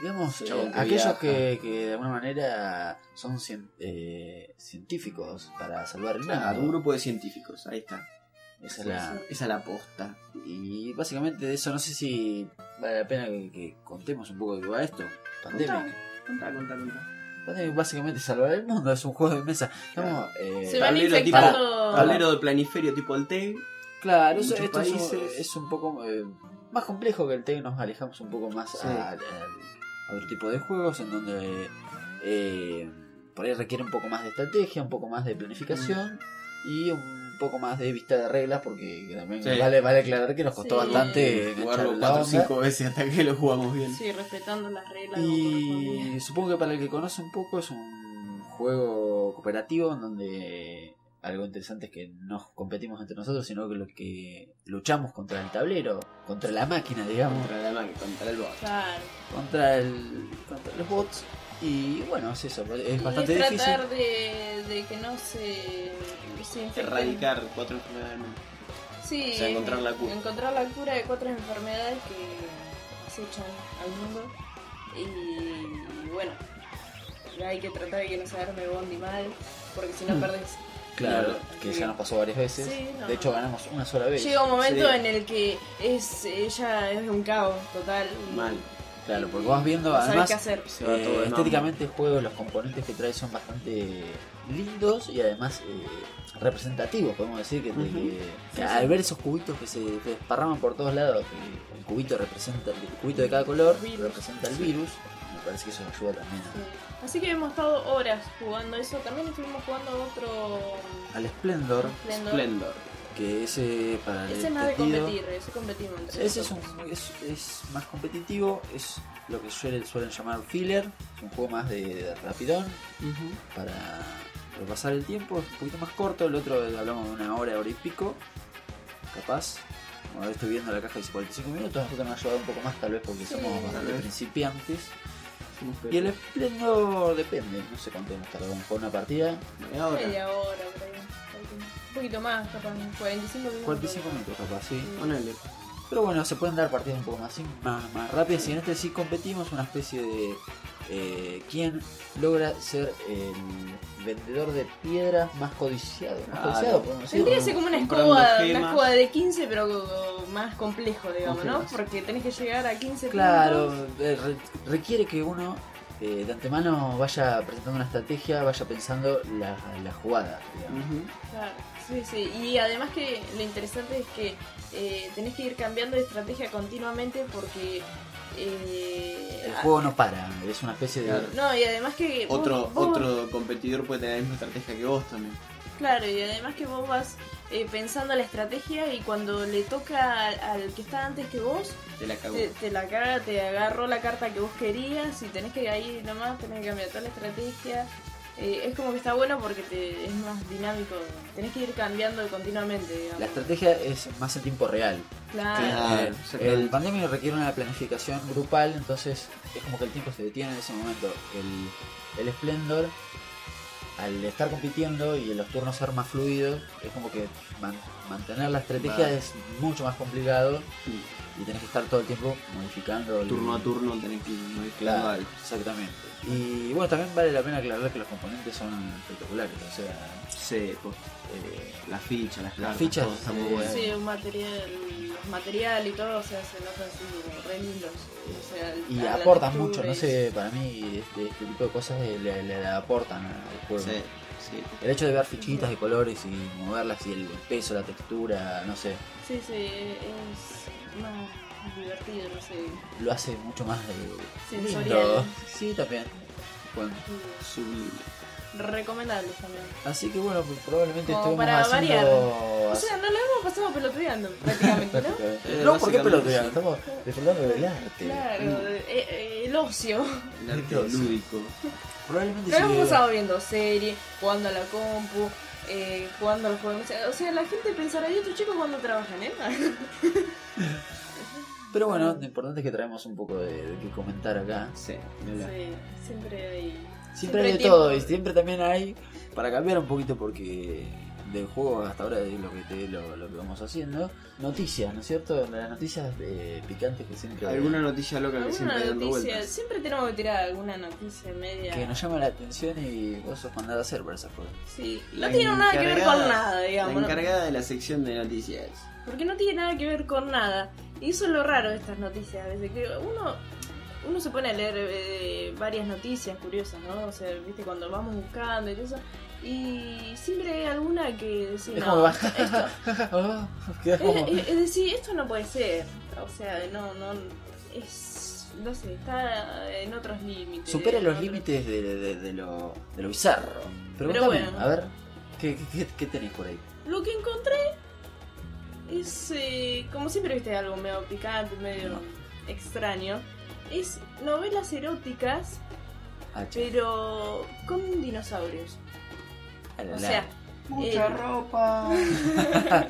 digamos, eh,
Chabón que
aquellos
viaja.
que, que de alguna manera son cien- eh, científicos para salvar el
Claro, un
mundo.
grupo de científicos, ahí está.
Esa es la-
Esa es la posta.
Y básicamente de eso no sé si vale la pena que, que contemos un poco de qué va esto. Pandemic.
Contá, contá, contá.
Pandemic básicamente es salvar el mundo, es un juego de mesa. Estamos, eh,
Se van
tablero,
infectando.
Tablero de planiferio tipo el TEG.
Claro, eso-
muchos
esto es un-
países.
Es, un poco eh, más complejo que el TEC, nos alejamos un poco más
Sí.
a, a- a otro tipo de juegos en donde eh, por ahí requiere un poco más de estrategia, un poco más de planificación y un poco más de vista de reglas porque también
Mm. Sí.
vale, vale aclarar que nos costó
Sí.
bastante enganchar
Jugarlo
la
4 o
onda.
5 veces hasta que lo jugamos bien.
Sí, respetando las reglas. como correspondía.
Y supongo que para el que conoce un poco es un juego cooperativo en donde algo interesante es que no competimos entre nosotros, sino que lo que luchamos contra el tablero, contra la máquina, digamos,
Contra la máquina, contra el bot.
Claro.
contra el contra los bots y bueno, es eso, es bastante
Y es
difícil.
tratar de, de que no se, se infecten.
Erradicar cuatro enfermedades del mundo.
Sí,
O sea, encontrar la cura.
encontrar la cura de cuatro enfermedades que acechan al mundo. Y, bueno, hay que tratar de que no se arme bondi mal, porque si no
Mm.
perdés.
Claro, que ya nos pasó varias veces.
Sí, no.
De hecho ganamos una sola vez.
Llega un momento
Sí.
en el que es ella es un caos total. y
Mal.
Claro, porque vas viendo
no sabes
además
qué hacer.
Se va
Eh,
todo de mambo.
estéticamente el juego, los componentes que trae son bastante lindos y además eh, representativos, podemos decir, que, te-
Ujú.
que- que al ver esos cubitos que se te desparraman por todos lados, que el cubito representa, el cubito de cada color
Virus.
representa el virus, me parece que eso nos ayuda también
Sí. Así que hemos estado horas jugando eso. También estuvimos jugando otro
al Splendor,
Splendor.
Ah, Splendor. eh,
que ese para el
Ese es más de
testigo-
competir, ese competimos entre
Ese es, un,
nosotros.
es, es más competitivo, es lo que suelen, suelen llamar filler, es un juego más de, de rapidón, para pasar el tiempo, es un poquito más corto, el otro hablamos de una hora, hora y pico, capaz. Bueno, ahora estoy viendo la caja dice 45 minutos, nosotros nos ha ayudado un poco más tal vez porque
Sí,
somos
tal
bastante
vez.
principiantes.
Somos
Y el esplendor depende, no sé cuánto hemos tardado en jugar una partida,
Media hora.
Media hora, por ahí. Un poquito más, capaz, 45 minutos.
45 minutos capaz, sí.
Ponele.
Pero bueno, se pueden dar partidas un poco más, más, más rápidas y en este sí competimos una especie de eh, quién logra ser el vendedor de piedras más codiciado. Más
Claro.
codiciado, podemos decir.
Vendría a
¿no?
ser como una
comprando
escoba, una
gemas.
escoba de 15, pero co- más complejo, digamos,
Con
¿no?
gemas.
Porque tenés que llegar a 15
Claro,
puntos.
eh, re- requiere que uno eh, de antemano vaya presentando una estrategia, vaya pensando la, la jugada. digamos.
Claro, sí, sí. Y además que lo interesante es que eh, tenés que ir cambiando de estrategia continuamente porque... eh,
El
ah,
juego no para, es una especie de...
Claro.
No, y además que... vos-
Otro,
vos-
otro competidor puede tener la misma estrategia que vos también.
Claro, y además que vos vas eh, pensando la estrategia y cuando le toca al, al que está antes que vos,
Te la cago.
te, te la caga, te agarró la carta que vos querías y tenés que ahí nomás, tenés que cambiar toda la estrategia. Eh, es como que está bueno porque te, es más dinámico, tenés que ir cambiando continuamente, digamos.
La estrategia es más en tiempo real.
Claro.
Ah,
Eh, el pandemia requiere una planificación grupal, entonces es como que el tiempo se detiene en ese momento. El, el esplendor, al estar compitiendo y los turnos ser más fluidos, es como que man- mantener la estrategia
Va.
es mucho más complicado y tenés que estar todo el tiempo modificando el
Turno a turno tenés que ir modificando
Claro,
algo.
exactamente. Y bueno, también vale la pena aclarar que los componentes son espectaculares, o sea,
Sí, pues,
eh,
las fichas, las cartas,
fichas,
todo está muy
eh,
bueno.
Sí, un material, material y todo, o sea, se nota así, como re lindos. O sea, el-
y
a Ah, la
aportan
lectura
mucho, no
y-
sé, para mí este, este tipo de cosas le, le- le aportan al juego.
Sí, sí.
El hecho de ver fichitas de colores y moverlas y el peso, la textura, no sé,
Sí, sí, es más divertido, no sé,
lo hace mucho más eh,
sensorial.
Sí, también. Bueno,
y
Sublime.
Recomendable también.
así que bueno, pues probablemente
Como
estemos
para
haciendo...
O sea, no lo hemos pasado peloteando prácticamente, ¿no?
prácticamente-
Eh,
No, ¿por qué
básicamente
pelotudear?
sí.
Estamos disfrutando del arte.
Claro, eh, eh, el ocio.
El arte
Entonces.
lúdico.
Probablemente
Lo hemos
sí.
pasado viendo series, jugando a la compu, eh, jugando al juego. O sea, o sea, la gente pensará, ¿y estos chicos cuando trabajan, eh?
Pero bueno, lo importante es que traemos un poco de, de qué comentar acá.
Sí, mira.
sí, siempre hay.
Siempre hay de
tiempo.
todo y siempre también hay para cambiar un poquito porque del juego hasta ahora es lo que te, lo, lo que vamos haciendo. Noticias, ¿no es cierto? Las noticias eh, picantes que siempre
Alguna noticia loca que siempre
Alguna
dando
noticia,
vueltas.
siempre tenemos que tirar alguna noticia media.
que nos llama la atención y vos sos mandada a hacer para esas cosas.
Sí, no tiene nada que ver con
encargada-
nada, digamos.
La
¿no?
encargada de la sección de noticias.
porque no tiene nada que ver con nada. Y eso es lo raro de estas noticias, a veces que uno, uno se pone a leer eh, varias noticias curiosas, ¿no? O sea, viste, cuando vamos buscando y todo eso, y siempre hay alguna que decís,
es
no,
como
esto, esto- Ah,
va. Quedás como.
es, es- es decir, esto no puede ser, o sea, no, no, es, no sé, está en otros límites.
Supera
en
los
otros-
límites de, de- de lo, de lo bizarro. Pregúntame,
bueno.
a ver, ¿qué, qué, qué- qué tenés por ahí?
Lo que encontré es, eh, como siempre viste, algo medio picante, medio extraño. Es novelas eróticas,
Ah, che,
pero con dinosaurios.
a la
O
la.
sea,
Mucha
eh,
ropa.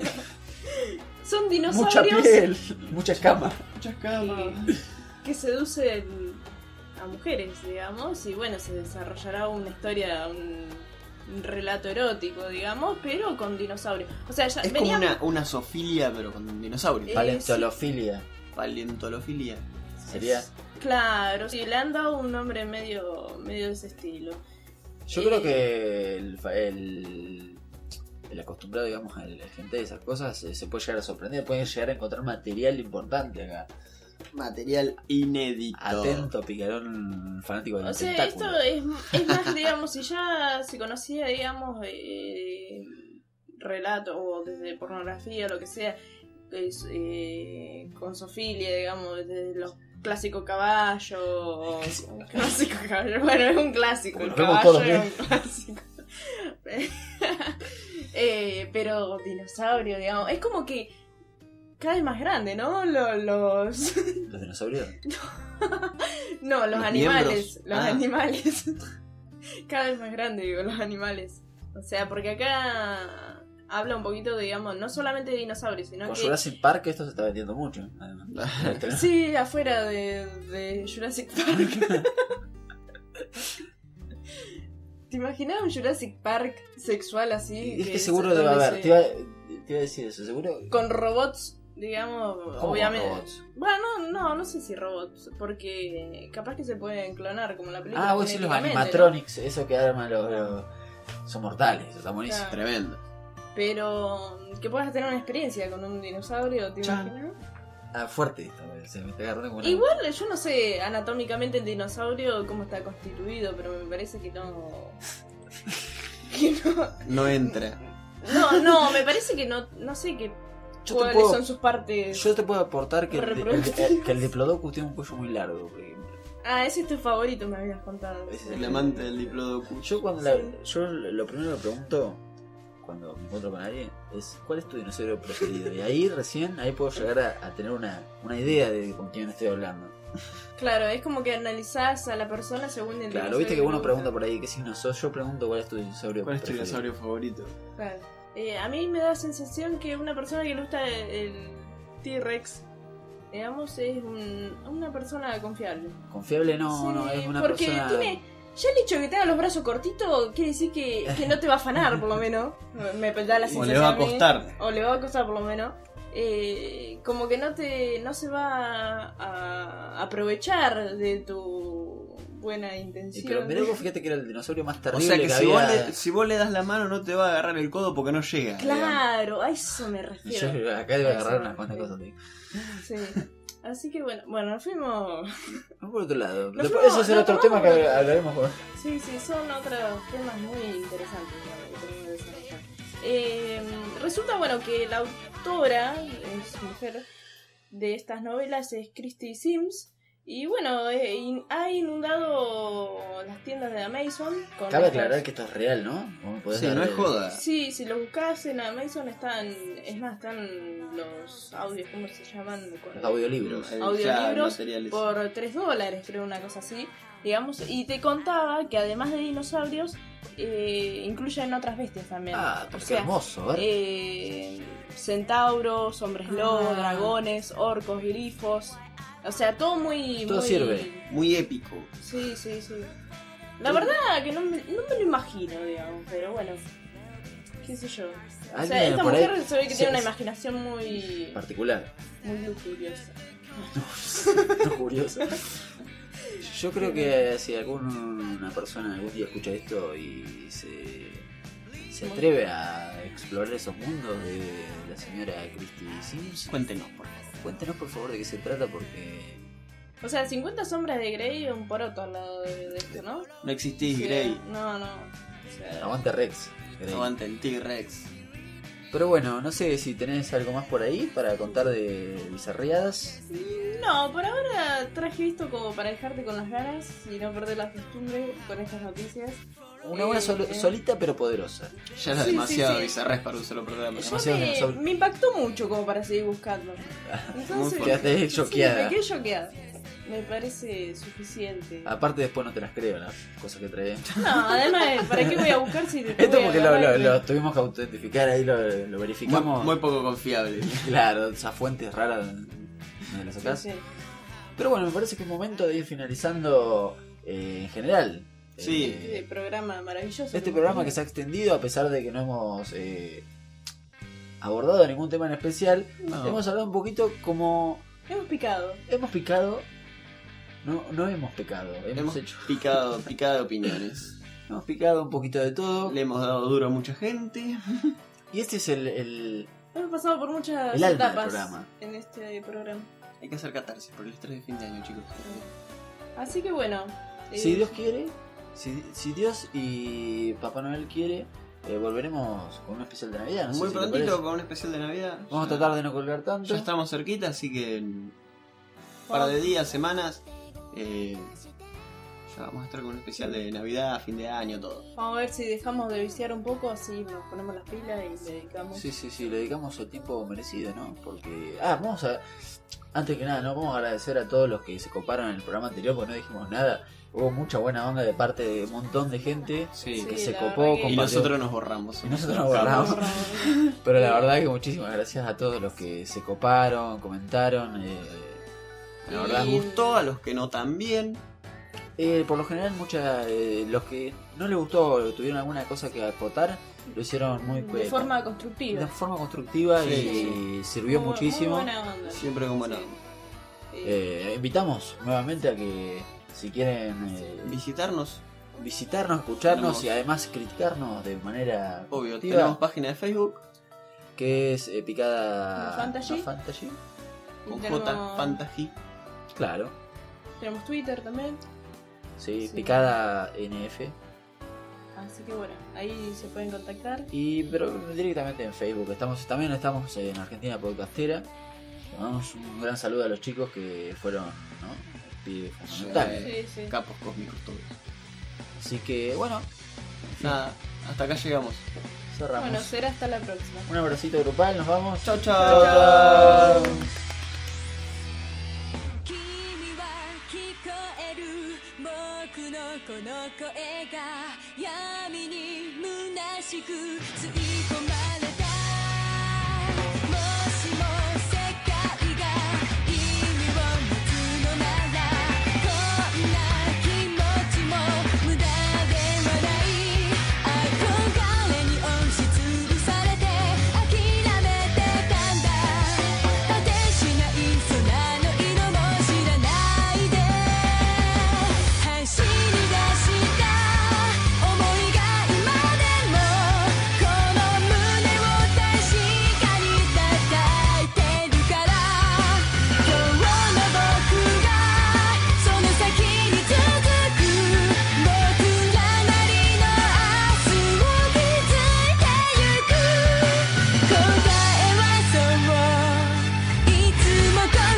son
mucha
dinosaurios
piel, mucha escama.
Eh,
Muchas
que, que seducen a mujeres, digamos, y bueno, se desarrollará una historia, un, un relato erótico, digamos, pero con dinosaurios. O sea, ya
Es como
veníamos-
una, una sofilia, pero con dinosaurios.
Eh,
Paleontolofilia
Paleontolofilia.
sería.
Claro, sí, le han dado un nombre medio, medio de ese estilo.
Yo
Eh,
creo que el, fa- el, el acostumbrado, digamos, a la gente de esas cosas eh, se puede llegar a sorprender, puede llegar a encontrar material importante acá.
Material inédito.
Atento, picarón fanático del
O sea, esto
tentáculo.
es, es más, digamos, si ya se conocía, digamos, eh, relato o desde pornografía, lo que sea, es, eh, con Sofilia, digamos, desde los clásicos caballos. Clásico caballo, bueno, es un clásico, el
Nos vemos
caballo
todos,
es un clásico. Eh, pero dinosaurio, digamos, es como que cada vez más grande, ¿no? Lo- Los,
Los dinosaurios.
no, los,
Los
animales.
miembros.
Los
Ah.
animales. Cada vez más grande, digo, los animales. O sea, porque acá habla un poquito, digamos, no solamente de dinosaurios, sino
Con
que.
Jurassic Park esto se está vendiendo mucho, además. Este,
Sí, afuera de, de Jurassic Park. ¿Te imaginas un Jurassic Park sexual así?
Y es que
es
seguro
donde
debe haber,
se-
te iba, te iba a decir eso, seguro
Con robots digamos,
¿Cómo
obviamente.
robots?
Bueno, no, no sé si robots, porque capaz que se pueden clonar como la película.
Ah, vos decís los
genéticamente,
animatronics, eso que arman los, los- Son mortales, está buenísimo.
Claro.
Tremendo.
¿no? Pero mm, que puedas tener una experiencia con un dinosaurio, ¿te
Chan.
imaginas?
Ah, fuerte esto, se me está agarrando como una-
Igual, yo no sé anatómicamente el dinosaurio cómo está constituido, pero me parece que no. que no.
No entra.
No, no, me parece que no. No sé qué.
Yo te
cuáles
puedo-
son sus partes.
Yo te puedo aportar que el,
Reproductivos.
el- que el diplodocus tiene un cuello muy largo, por ejemplo.
Ah, ese es tu favorito, me habías contado.
Ese es
El amante del diplodocus.
Yo cuando la-
Sí.
yo lo primero que pregunto cuando me encuentro con alguien es ¿cuál es tu dinosaurio preferido? Y ahí recién, ahí puedo llegar a, a tener una, una idea de con quién estoy hablando.
Claro, es como que analizás a la persona según el
Claro,
dinosaurio
viste que
le
uno
gusta.
pregunta por ahí qué signo sos, yo pregunto cuál es tu dinosaurio
¿Cuál es tu
preferido.
dinosaurio favorito?
Claro. Eh, a mí me da la sensación que una persona que le gusta el T-Rex, digamos, es un- una persona confiable.
Confiable no,
Sí,
no, es una
porque
persona... Eh,
tiene. Ya el hecho de que tenga los brazos cortitos quiere decir que, que no te va a afanar, por lo menos. Me da la
O
sensación.
le va a
mí.
costar.
O le va a costar, por lo menos. Eh, como que no te no se va a aprovechar de tu buena
Y
intención.
pero mirá vos, fíjate que era el dinosaurio más
O
terrible
sea que, si,
había...
vos le, si vos le das la mano no te va a agarrar el codo porque no llega. digamos.
Claro, a eso me
Y yo
refiero.
acá le voy a agarrar unas cuantas cosas. tío.
Sí. Así que bueno, bueno, nos fuimos.
Vamos por otro lado.
Nos
Después,
fuimos-
ese será
nos
otro tema que
tomamos-
hablaremos con...
Sí, sí, son otros temas muy interesantes ¿no? que tenemos que desarrollar. Eh, resulta, bueno, que la autora, es mujer, de estas novelas es Christy Sims. Y bueno, eh, in- ha inundado las tiendas de Amazon. Con
Cabe
estas-
aclarar que esto es real, ¿no? Vos me podés
Sí, no
darle-
es joda.
Sí, si lo buscas en Amazon están, es más, están los audios, ¿cómo se llaman?
Los audiolibros.
El- claro, el
audiolibros
material ese.
por 3 dólares, creo, una cosa así. Digamos, y te contaba que además de dinosaurios, eh, incluyen otras bestias también.
Ah,
o
pero qué
sea,
hermoso, a ver.
eh, centauros, hombres lobo,
Ah.
dragones, orcos, grifos. O sea, todo muy.
Todo
muy-
sirve.
Muy épico.
Sí, sí, sí. La verdad que no me, no me lo imagino, digamos, pero bueno. ¿Qué sé yo? O sea,
Alguien
esta
por ahí-
mujer se ve que
sí,
tiene una
sí.
imaginación muy.
particular.
muy lujuriosa.
No, curioso. Yo creo que si alguna persona algún día escucha esto y se, se atreve a explorar esos mundos de la señora Christie Sims,
Cuéntenos, por favor.
cuéntenos por favor de qué se trata porque...
O sea, 50 sombras de Grey y un poroto al lado de, de esto, ¿no?
No existís,
Sí,
Grey.
No, no. O sea,
Aguante Rex. Grey.
Aguanta el T-Rex.
Pero bueno, no sé si tenés algo más por ahí para contar de bizarreadas.
no, por ahora traje esto como para dejarte con las ganas y no perder la costumbre con estas noticias.
Una buena
Eh,
solo-
eh.
solita pero poderosa.
Ya era
Sí, sí,
demasiado
sí.
bizarrés para un solo programa.
Yo
Demasiado
me,
dinosaurio.
me impactó mucho como para seguir buscando.
Muy
Entonces,
fuerte.
Quedaste
sí,
choqueada.
me quedé choqueada. Me parece suficiente.
Aparte después no te las creo, las cosas que trae.
No, además, ¿para qué voy a buscar si te
Esto
voy a
porque lo, lo-
agarrar?
lo tuvimos que autentificar ahí, lo, lo
Muy,
verificamos.
muy poco confiable.
Claro, esas fuentes raras de las sacás.
Sí, sí.
Pero bueno, me parece que es momento de ir finalizando eh, en general.
Sí.
Eh,
Este programa maravilloso.
Este programa que se ha extendido a pesar de que no hemos eh, abordado ningún tema en especial,
No.
hemos hablado un poquito como
Hemos picado.
hemos picado, no, no hemos pecado, hemos,
Hemos
hecho,
picado, picada de opiniones.
hemos picado un poquito de todo.
Le hemos dado duro a mucha gente.
Y este es el, el-
Hemos pasado por muchas
El alma del
etapas
programa.
en este programa.
Hay que hacer catarsis por el estrés de fin de año, chicos.
Así que bueno. eh,
si Dios quiere, si, si Dios y Papá Noel quiere, eh, volveremos con un especial de Navidad. no sé
Muy
si te
prontito
parece.
con un especial de Navidad.
Vamos a
Ya-
tratar de no colgar tanto.
Ya estamos cerquita, así que en un par de días, semanas, eh, ya vamos a estar con un especial de Navidad, fin de año, todo.
Vamos a ver si dejamos de viciar un poco, así nos ponemos las pilas y le dedicamos.
Sí, sí, sí, le dedicamos el tiempo merecido, ¿no? Porque. Ah, vamos a. Antes que nada, ¿no? Vamos a agradecer a todos los que se coparon en el programa anterior, porque no dijimos nada. Hubo mucha buena onda de parte de un montón de gente eh,
Sí.
que
Sí,
se
la
copó,
verdad que-
compartió.
Y nosotros nos borramos.
Y nosotros nos borramos. Pero la verdad que muchísimas gracias a todos los que se coparon, comentaron. eh,
La verdad,
Y-
gustó a los que no también.
eh, por lo general, muchas. los que no le gustó, tuvieron alguna cosa que acotar, lo hicieron muy
De
eh,
forma
de
constructiva.
forma constructiva
Sí,
y sirvió
Muy- muy
muchísimo.
buena onda.
Siempre como
Sí.
no.
Sí.
Eh, invitamos nuevamente a que si quieren eh,
Visitarnos,
visitarnos, escucharnos
Tenemos-
y además criticarnos de manera
obvio.
constructiva,
Tenemos página de Facebook
que es eh, picada
¿No Fantasy?
¿No Fantasy?
Y
con
tenemos-
J Fantasy.
Claro,
Tenemos Twitter también.
sí,
Sí.
picada NF
Así que bueno, ahí se pueden contactar.
y pero directamente en Facebook. Estamos también estamos en Argentina Podcastera. Le mandamos un gran saludo a los chicos que fueron, ¿no? Pibes fundamentales.
Eh,
Sí, sí.
Capos cósmicos todos.
Así que bueno,
Nada, hasta acá llegamos.
cerramos.
Bueno, será hasta la próxima.
Un abracito grupal, nos vamos.
Chao,
Chau,
chao.
君は聞こえる僕のこの声が闇に虚しく吸い込まれたもしも世界が意味を持つのならこんな気持ちも無駄ではない憧れに押しつぶされて諦めてたんだ果てしない空の色も知らないで走り出した想いが今でもこの胸を確かに叩いてるから今日の僕がその先に続く僕らなりの明日を築いてゆく答えはそう「いつもここにあ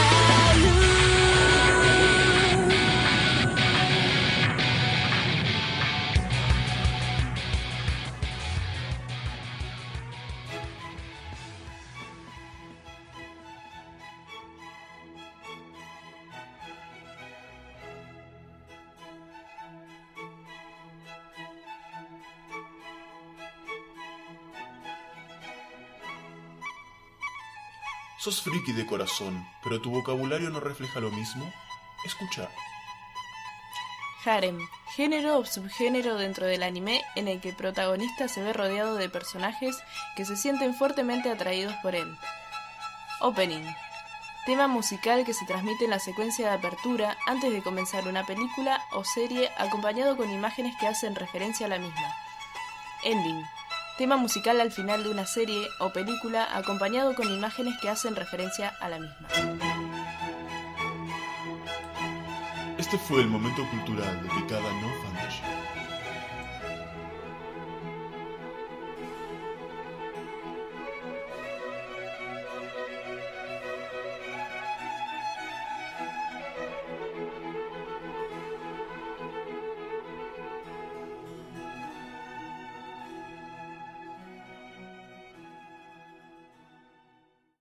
る」
¿Sos friki de corazón, pero tu vocabulario no refleja lo mismo? Escucha.
Harem, género o subgénero dentro del anime en el que el protagonista se ve rodeado de personajes que se sienten fuertemente atraídos por él. Opening, tema musical que se transmite en la secuencia de apertura antes de comenzar una película o serie acompañado con imágenes que hacen referencia a la misma. Ending, tema musical al final de una serie o película acompañado con imágenes que hacen referencia a la misma.
Este fue el momento cultural de Picada No Fan.